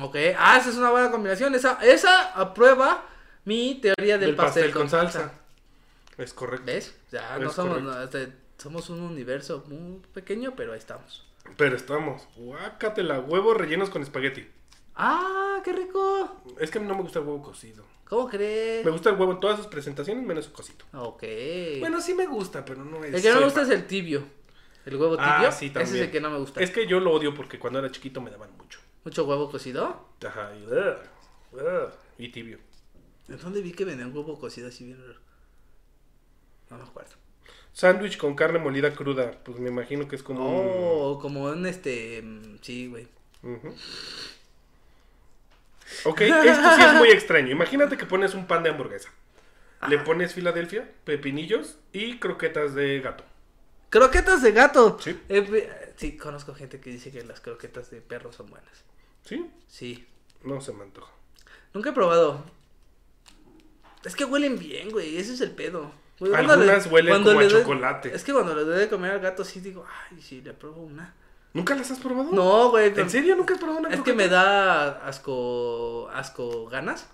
Speaker 2: Ok. Ah, esa es una buena combinación. Esa, esa aprueba mi teoría del,
Speaker 1: Del pastel, con salsa. Es correcto.
Speaker 2: ¿Ves? Ya
Speaker 1: Es
Speaker 2: no somos,
Speaker 1: correcto.
Speaker 2: no, este, somos un universo muy pequeño, pero ahí estamos.
Speaker 1: Pero estamos. Guácatela, huevos rellenos con espagueti.
Speaker 2: Ah, qué rico.
Speaker 1: Es que a mí no me gusta el huevo cocido.
Speaker 2: ¿Cómo crees?
Speaker 1: Me gusta el huevo en todas sus presentaciones, menos su cosito.
Speaker 2: Ok.
Speaker 1: Bueno, sí me gusta, pero no es.
Speaker 2: el que no
Speaker 1: soy
Speaker 2: me gusta
Speaker 1: fan.
Speaker 2: es el tibio. El huevo tibio.
Speaker 1: Ah, sí,
Speaker 2: Ese es
Speaker 1: también.
Speaker 2: el que no me gusta.
Speaker 1: Es que yo lo odio porque cuando era chiquito me daban mucho.
Speaker 2: Mucho huevo cocido.
Speaker 1: Ajá, y, ugh, ugh, y tibio.
Speaker 2: ¿En dónde vi que vendían huevo cocido así bien raro? No me acuerdo.
Speaker 1: Sándwich con carne molida cruda. Pues me imagino que es como. un-
Speaker 2: Oh, como un este. mm, Sí, güey.
Speaker 1: Ujú. Ok, esto sí es muy extraño. Imagínate que pones un pan de hamburguesa. Le pones Filadelfia, pepinillos y croquetas de gato.
Speaker 2: Croquetas de gato.
Speaker 1: Sí.
Speaker 2: Eh, pe- sí, conozco gente que dice que las croquetas de perro son buenas.
Speaker 1: ¿Sí?
Speaker 2: Sí.
Speaker 1: No se me antoja.
Speaker 2: Nunca he probado. Es que huelen bien, güey. Ese es el pedo. Güey, cuando
Speaker 1: Algunas huelen
Speaker 2: cuando
Speaker 1: como a
Speaker 2: le doy-
Speaker 1: chocolate.
Speaker 2: Es que cuando le doy de comer al gato, sí digo, ay, sí, le pruebo una.
Speaker 1: ¿Nunca las has probado?
Speaker 2: No, güey. pero-
Speaker 1: ¿En serio nunca has probado una
Speaker 2: Es que
Speaker 1: croqueta?
Speaker 2: me da asco. asco ganas.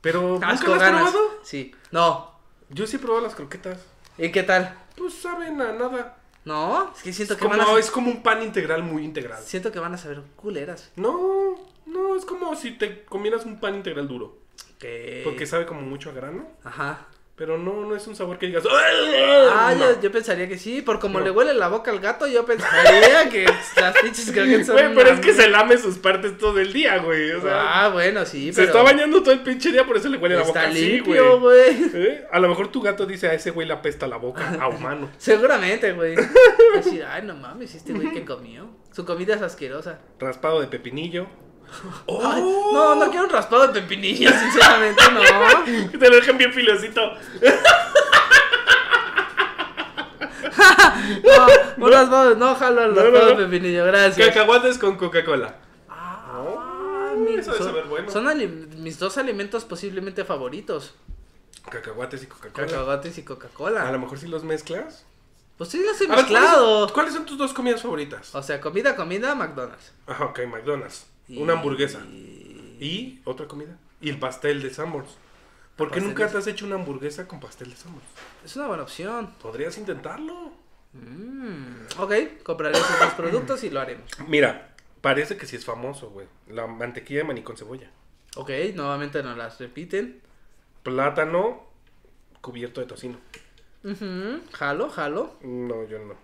Speaker 1: Pero ¿nunca las
Speaker 2: Asco
Speaker 1: has
Speaker 2: ganas.
Speaker 1: probado?
Speaker 2: Sí. No.
Speaker 1: Yo sí he probado las croquetas.
Speaker 2: ¿Y qué tal?
Speaker 1: Pues saben a nada.
Speaker 2: No, es que siento
Speaker 1: Es
Speaker 2: que
Speaker 1: como,
Speaker 2: van a.
Speaker 1: es como un pan integral muy integral.
Speaker 2: Siento que van a saber culeras.
Speaker 1: No, no, es como si te comieras un pan integral duro.
Speaker 2: Que...
Speaker 1: Porque sabe como mucho a grano.
Speaker 2: Ajá.
Speaker 1: Pero no, no es un sabor que digas.
Speaker 2: Ah,
Speaker 3: Eh,
Speaker 1: Ah,
Speaker 2: yo, yo pensaría que sí, por como
Speaker 1: No.
Speaker 2: le huele la boca al gato, yo pensaría que las pinches croquetas son...
Speaker 3: Güey, pero es que
Speaker 2: una-
Speaker 3: se lame sus partes todo el día, güey. O sea,
Speaker 2: Ah, bueno, sí,
Speaker 3: se
Speaker 2: pero...
Speaker 3: está bañando todo el pinche día, por eso le huele la boca
Speaker 2: Está
Speaker 3: así,
Speaker 2: limpio,
Speaker 3: güey.
Speaker 2: güey.
Speaker 3: ¿Eh? A lo mejor tu gato dice a ese güey le apesta la boca a humano.
Speaker 2: Seguramente, güey. Decir, ay, no mames, este güey que comió. Su comida es asquerosa.
Speaker 3: Raspado de pepinillo. ¡Oh!
Speaker 2: Ay, no, no quiero un raspado de pepinillo, sinceramente, no.
Speaker 3: Que te lo dejan bien filosito.
Speaker 2: No, un raspado, no jalo el
Speaker 3: No, no,
Speaker 2: raspado
Speaker 3: no.
Speaker 2: de pepinillo, gracias.
Speaker 1: Cacahuates con Coca-Cola.
Speaker 2: Ah, mi-
Speaker 1: Eso debe
Speaker 2: son-
Speaker 1: saber bueno.
Speaker 2: son ali- mis dos alimentos posiblemente favoritos.
Speaker 1: Cacahuates y Coca-Cola. Ah,
Speaker 2: Cacahuates y
Speaker 1: A lo
Speaker 2: Coca-Cola.
Speaker 1: mejor si los mezclas.
Speaker 2: Pues sí, los he
Speaker 1: A ver, ¿cuáles
Speaker 2: mezclado. Ah.
Speaker 1: son- ¿Cuáles son tus dos comidas favoritas?
Speaker 2: O sea, comida, comida, McDonald's.
Speaker 1: Ajá, ok, McDonald's.
Speaker 2: Y-
Speaker 1: Una hamburguesa. ¿Y otra comida? Y el pastel de Sanborns. ¿Por qué
Speaker 2: Pastel
Speaker 1: nunca
Speaker 2: de-
Speaker 1: te has hecho una hamburguesa con pastel de Sanborns?
Speaker 2: Es una buena opción.
Speaker 1: Podrías intentarlo.
Speaker 2: Mm, Ok, compraré esos dos productos y lo haremos.
Speaker 1: Mira, parece que sí es famoso, güey. La mantequilla de maní con cebolla.
Speaker 2: Ok, nuevamente nos las repiten.
Speaker 1: Plátano cubierto de tocino.
Speaker 2: Ujú, Jalo, jalo.
Speaker 1: No, yo no.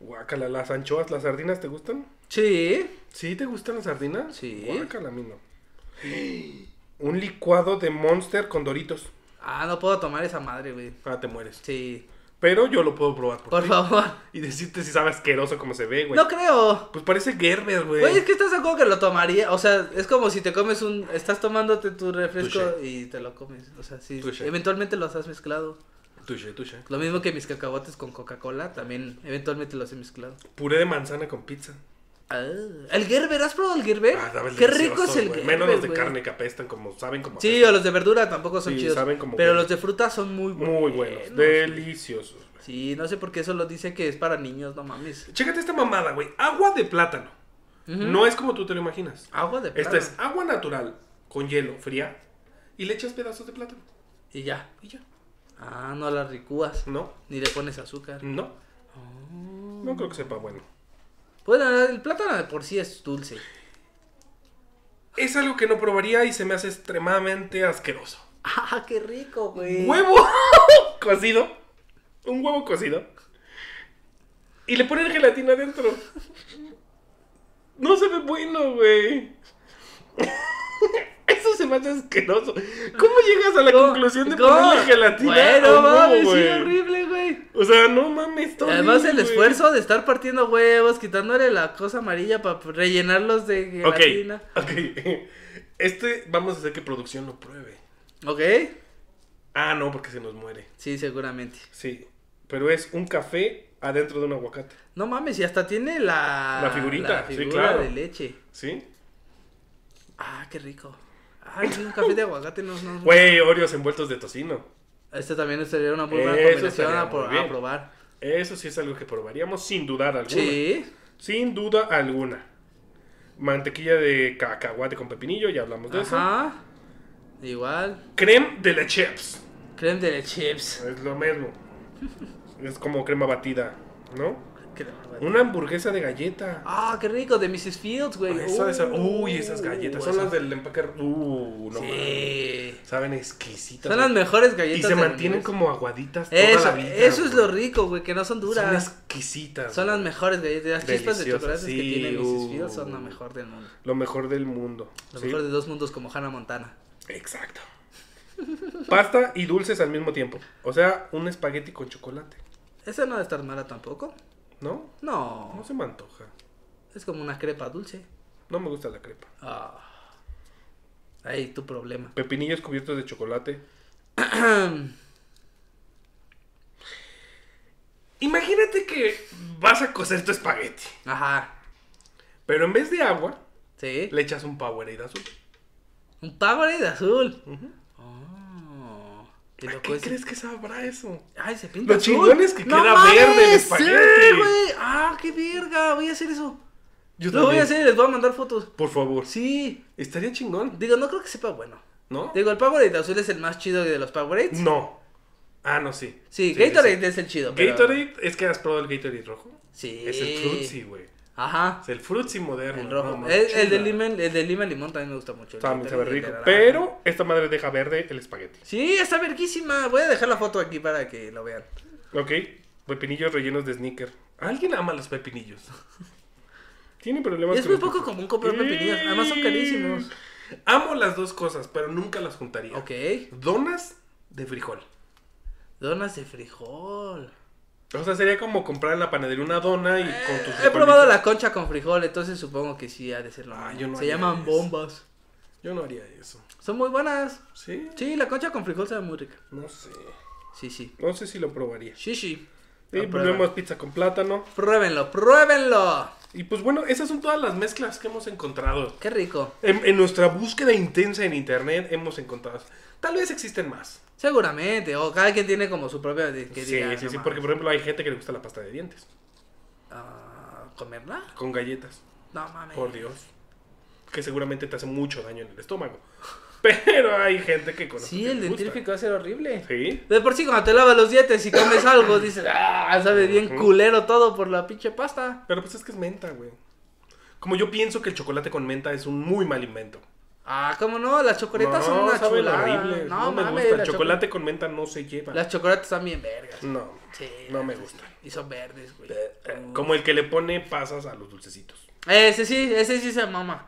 Speaker 1: Guácala, las anchoas, las sardinas, ¿te gustan?
Speaker 2: Sí.
Speaker 1: ¿Sí te gustan las sardinas?
Speaker 2: Sí.
Speaker 1: Guácala, a mí no. Un licuado de Monster con Doritos.
Speaker 2: Ah, no puedo tomar esa madre, güey.
Speaker 1: Ah, te mueres.
Speaker 2: Sí.
Speaker 1: Pero yo lo puedo probar por,
Speaker 2: Por
Speaker 1: ti.
Speaker 2: favor.
Speaker 1: Y decirte si sabe asqueroso como se ve, güey.
Speaker 2: No creo.
Speaker 1: Pues parece Gerber, güey.
Speaker 2: Güey, es que estás de acuerdo que lo tomaría. O sea, es como si te comes un. Estás tomándote tu refresco
Speaker 1: Touché.
Speaker 2: y te lo comes. O sea, sí.
Speaker 1: Touché.
Speaker 2: Eventualmente los has mezclado.
Speaker 1: Touché, touché.
Speaker 2: Lo mismo que mis cacahuates con Coca-Cola. También eventualmente los he mezclado.
Speaker 1: Puré de manzana con pizza.
Speaker 2: Ah, el Gerber, ¿has probado el Gerber?
Speaker 1: Ah, sabe
Speaker 2: ¿Eh? Qué
Speaker 1: delicioso,
Speaker 2: rico es el
Speaker 1: güey.
Speaker 2: Gerber.
Speaker 1: Menos los de
Speaker 2: güey.
Speaker 1: carne que apestan, como saben, como
Speaker 2: Sí, o los de verdura tampoco son
Speaker 1: Sí,
Speaker 2: chidos.
Speaker 1: saben como
Speaker 2: pero
Speaker 1: buenos.
Speaker 2: los de fruta son muy buenos.
Speaker 1: Muy buenos, deliciosos. güey.
Speaker 2: Sí, no sé por qué eso lo dice que es para niños, no mames.
Speaker 1: Chécate esta mamada, güey. Agua de plátano. No es como tú te lo imaginas.
Speaker 2: Agua Ah, de
Speaker 1: Esta
Speaker 2: plátano.
Speaker 1: es agua natural con hielo fría y le echas pedazos de plátano.
Speaker 2: Y ya.
Speaker 1: Y ya.
Speaker 2: Ah, no las ricúas.
Speaker 1: No,
Speaker 2: Ni le pones azúcar.
Speaker 1: no.
Speaker 2: Oh.
Speaker 1: No creo que sepa bueno.
Speaker 2: Bueno, el plátano de por sí es dulce.
Speaker 1: Es algo que no probaría y se me hace extremadamente asqueroso.
Speaker 2: Ah, qué rico, güey.
Speaker 1: Huevo cocido. Un huevo cocido. Y le ponen gelatina adentro. No se ve bueno, güey. Eso se me hace asqueroso. ¿Cómo llegas a la
Speaker 2: ¿Cómo-
Speaker 1: conclusión de
Speaker 2: cómo?
Speaker 1: ponerle gelatina
Speaker 2: Bueno,
Speaker 1: a un huevo,
Speaker 2: mames, sí,
Speaker 1: güey?
Speaker 2: horrible, güey.
Speaker 1: O sea, no mames, está
Speaker 2: Además, el
Speaker 1: horrible, güey.
Speaker 2: esfuerzo de estar partiendo huevos, quitándole la cosa amarilla para rellenarlos de
Speaker 1: Ok,
Speaker 2: gelatina.
Speaker 1: ok. Este, vamos a hacer que producción lo pruebe.
Speaker 2: Ok.
Speaker 1: Ah, no, porque se nos muere.
Speaker 2: Sí, seguramente.
Speaker 1: Sí. Pero es un café adentro de un aguacate.
Speaker 2: No mames, y hasta tiene la.
Speaker 1: La figurita,
Speaker 2: la
Speaker 1: sí,
Speaker 2: figura
Speaker 1: claro.
Speaker 2: de leche.
Speaker 1: ¿Sí?
Speaker 2: Ah, qué rico. Ay, sí, un café de aguacate no. no-
Speaker 1: Güey, Oreos envueltos de tocino.
Speaker 2: Este también sería una muy buena
Speaker 1: Eso
Speaker 2: combinación
Speaker 1: estaría
Speaker 2: a, pro-
Speaker 1: muy bien.
Speaker 2: a probar.
Speaker 1: Eso sí es algo que probaríamos sin dudar alguna.
Speaker 2: Sí.
Speaker 1: Sin duda alguna. Mantequilla de cacahuate con pepinillo, ya hablamos de eso.
Speaker 2: Ajá. Igual.
Speaker 1: Creme de la chips.
Speaker 2: Creme de chips.
Speaker 1: Es lo mismo. es como crema batida, ¿no?
Speaker 2: Creme de-
Speaker 1: Una hamburguesa de galleta.
Speaker 2: Ah, qué rico, de Mrs. Fields, güey.
Speaker 1: Ah, Esa- esa-
Speaker 2: Uh,
Speaker 1: uy, esas galletas. Son
Speaker 2: esas-
Speaker 1: las del empaque. Uh, no mames.
Speaker 2: Sí.
Speaker 1: Saben exquisitas.
Speaker 2: Son las
Speaker 1: güey.
Speaker 2: mejores
Speaker 1: Y
Speaker 2: galletas.
Speaker 1: se
Speaker 2: del
Speaker 1: mantienen
Speaker 2: universo.
Speaker 1: como aguaditas toda
Speaker 2: Eso,
Speaker 1: la vida,
Speaker 2: eso es
Speaker 1: güey.
Speaker 2: lo rico, güey, que no son
Speaker 1: Son
Speaker 2: duras.
Speaker 1: exquisitas.
Speaker 2: Son las
Speaker 1: güey.
Speaker 2: mejores galletas. Las chispas de
Speaker 1: Deliciosas,
Speaker 2: chocolates que
Speaker 1: sí,
Speaker 2: tiene
Speaker 1: uh.
Speaker 2: Mrs. Fields son la mejor del mundo.
Speaker 1: Lo mejor del mundo.
Speaker 2: Lo
Speaker 1: ¿sí?
Speaker 2: mejor de dos mundos como Hannah Montana.
Speaker 1: Exacto. Pasta y dulces al mismo tiempo. O sea, un espagueti con chocolate.
Speaker 2: Esa no debe estar mala tampoco.
Speaker 1: ¿No? No
Speaker 2: No,
Speaker 1: se me antoja.
Speaker 2: es como una crepa dulce.
Speaker 1: No me gusta la crepa.
Speaker 2: Ah. Ahí tu problema.
Speaker 1: Pepinillos cubiertos de chocolate. Imagínate que vas a cocer tu espagueti.
Speaker 2: Ajá.
Speaker 1: Pero en vez de agua,
Speaker 2: Sí.
Speaker 1: le echas un Powerade azul.
Speaker 2: Un Powerade azul. Oh. Y
Speaker 1: ¿A
Speaker 2: lo
Speaker 1: qué
Speaker 2: cuece-
Speaker 1: crees que sabrá eso?
Speaker 2: Ay, se pinta
Speaker 1: Lo
Speaker 2: azul.
Speaker 1: chingón es que queda verde el espagueti.
Speaker 2: Sí, güey. Ah, qué verga. Voy a hacer eso.
Speaker 1: Yo
Speaker 2: lo voy
Speaker 1: también.
Speaker 2: a hacer y les voy a mandar fotos.
Speaker 1: Por favor.
Speaker 2: Sí.
Speaker 1: Estaría chingón,
Speaker 2: Digo, no creo que sepa bueno.
Speaker 1: ¿no?
Speaker 2: Digo, el Powerade azul es el más chido de los Powerades.
Speaker 1: No. Ah, no, sí.
Speaker 2: Sí, Gatorade es el chido. pero-
Speaker 1: Gatorade, es que has probado el Gatorade rojo.
Speaker 2: Sí.
Speaker 1: Es el Fruitsy, güey.
Speaker 2: Ajá.
Speaker 1: Es el frutzi moderno.
Speaker 2: El rojo.
Speaker 1: no, más
Speaker 2: el, el de
Speaker 1: chula.
Speaker 2: lima, el de lima limón también me gusta mucho.
Speaker 3: También se ve
Speaker 2: El de
Speaker 3: rico.
Speaker 2: naranja.
Speaker 3: Pero esta madre deja verde el espagueti.
Speaker 2: Sí, está verguísima. Voy a dejar la foto aquí para que lo vean.
Speaker 3: Ok. Pepinillos rellenos de sneaker.
Speaker 1: Alguien ama los pepinillos.
Speaker 3: Tiene problemas.
Speaker 2: Es
Speaker 3: con
Speaker 2: muy
Speaker 3: los
Speaker 2: poco común comprar
Speaker 3: Sí.
Speaker 2: pepinillos. Además son carísimos.
Speaker 1: Amo las dos cosas, pero nunca las juntaría.
Speaker 2: Ok.
Speaker 1: Donas de frijol.
Speaker 2: Donas de frijol.
Speaker 1: O sea, sería como comprar en la panadería una dona y con tus
Speaker 2: Eh, He
Speaker 1: frijolitos.
Speaker 2: probado la concha con frijol, entonces supongo que sí ha de ser lo
Speaker 1: Ah,
Speaker 2: mismo.
Speaker 1: yo no
Speaker 2: Se
Speaker 1: haría
Speaker 2: llaman
Speaker 1: eso.
Speaker 2: bombas.
Speaker 1: Yo no haría eso.
Speaker 2: Son muy buenas.
Speaker 1: ¿Sí?
Speaker 2: Sí, la concha con frijol sabe muy rica.
Speaker 1: No sé.
Speaker 2: Sí, sí.
Speaker 3: No sé si lo probaría.
Speaker 2: Sí, sí.
Speaker 1: pues
Speaker 3: Y
Speaker 2: Aprueba.
Speaker 3: probemos pizza con plátano.
Speaker 2: Pruébenlo, pruébenlo.
Speaker 1: Y pues bueno, esas son todas las mezclas que hemos encontrado.
Speaker 2: Qué rico.
Speaker 1: En, en nuestra búsqueda intensa en internet hemos encontrado. Tal vez existen más.
Speaker 2: Seguramente. O cada quien tiene como su propia. de- Que
Speaker 3: sí,
Speaker 2: diga,
Speaker 3: sí,
Speaker 2: no
Speaker 3: sí,
Speaker 2: mames.
Speaker 3: porque por ejemplo hay gente que le gusta la pasta de dientes
Speaker 2: Ah, ¿Comerla?
Speaker 1: Con galletas.
Speaker 2: No mames.
Speaker 1: Por Dios. Que seguramente te hace mucho daño en el estómago. Pero hay gente que conoce.
Speaker 2: Sí, el dentífrico va a ser horrible.
Speaker 1: Sí.
Speaker 2: De por sí, cuando te lavas los dientes y comes algo, dices, ah, sabe bien culero todo por la pinche pasta.
Speaker 1: Pero pues es que es menta, güey. Como yo pienso que el chocolate con menta es un muy mal invento.
Speaker 2: Ah, ¿cómo no? Las chocoletas son una
Speaker 1: saben
Speaker 2: chulada.
Speaker 1: horrible. No, me
Speaker 2: mames,
Speaker 1: gusta. El
Speaker 2: las
Speaker 1: chocolate con menta no se lleva.
Speaker 2: choco- Las chocolates están bien vergas.
Speaker 1: No.
Speaker 2: Sí.
Speaker 1: No me gusta.
Speaker 2: Y son verdes, güey.
Speaker 1: Eh, Como el que le pone pasas a los dulcecitos.
Speaker 2: Ese sí, ese sí se mama.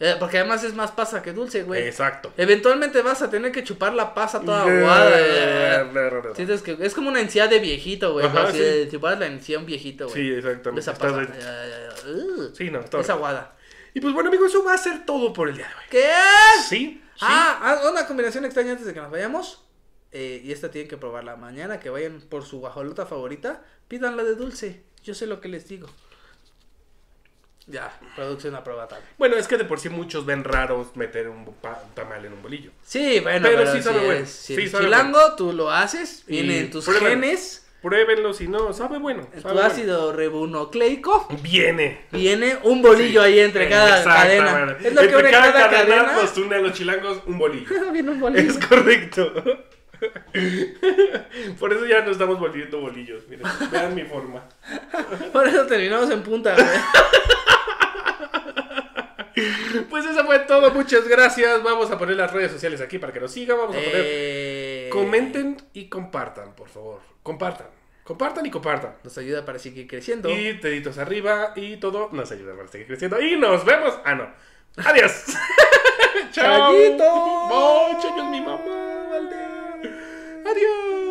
Speaker 2: Eh, porque además es más pasa que dulce, güey.
Speaker 1: Exacto.
Speaker 2: Eventualmente vas a tener que chupar la pasa toda aguada. eh. Sientes que es como una encía de viejito, güey.
Speaker 1: Ajá,
Speaker 2: Como si
Speaker 1: sí.
Speaker 2: eh, chuparas la encía a un viejito, güey.
Speaker 1: Sí, exactamente.
Speaker 2: Esa
Speaker 1: Estás
Speaker 2: pasa.
Speaker 1: de-
Speaker 2: eh, eh, eh.
Speaker 1: Sí, no, está
Speaker 2: es
Speaker 1: horrible.
Speaker 2: aguada.
Speaker 1: Y pues bueno, amigos, eso va a ser todo por el día de hoy.
Speaker 2: ¿Qué?
Speaker 1: Sí. sí.
Speaker 2: Ah, ah, una combinación extraña antes de que nos vayamos. Eh, y esta tienen que probarla mañana, que vayan por su guajolota favorita, pídanla de dulce. Yo sé lo que les digo. Ya, producción aprobada. también.
Speaker 1: Bueno, es que de por sí muchos ven raros meter un pa- tamal en un bolillo.
Speaker 2: Sí, bueno,
Speaker 1: Pero
Speaker 2: pero,
Speaker 1: sí
Speaker 2: si
Speaker 1: sabe bueno,
Speaker 2: eres- si
Speaker 1: sí
Speaker 2: eres
Speaker 1: sabe
Speaker 2: chilango, tú lo haces, viene
Speaker 1: Y
Speaker 2: en tus
Speaker 1: pruébalo.
Speaker 2: genes,
Speaker 1: Pruébenlo, si no, sabe bueno.
Speaker 2: en tu
Speaker 1: sabe bueno.
Speaker 2: ácido ribonucleico,
Speaker 1: Viene.
Speaker 2: viene un bolillo ahí entre cada
Speaker 1: Exactamente.
Speaker 2: cadena. Es lo que
Speaker 1: entre
Speaker 2: une
Speaker 1: cada,
Speaker 2: cada,
Speaker 1: cadena,
Speaker 2: cadena. pues,
Speaker 1: nos une a los chilangos un bolillo.
Speaker 2: viene un bolillo.
Speaker 1: es correcto. por eso ya nos estamos volviendo bolillos. Miren, vean mi forma.
Speaker 2: Por eso terminamos en punta, güey.
Speaker 1: Pues eso fue todo, muchas gracias. Vamos a poner las redes sociales aquí para que nos sigan. Vamos a poner.
Speaker 2: Eh,
Speaker 1: Comenten y compartan, por favor. Compartan. Compartan y compartan.
Speaker 2: Nos ayuda para seguir creciendo.
Speaker 1: Y deditos arriba y todo nos ayuda para seguir creciendo. Y nos vemos. Ah, no. Adiós. Chao.
Speaker 2: Chayito.
Speaker 1: No, chayos, mi mamá. Valdés. Adiós.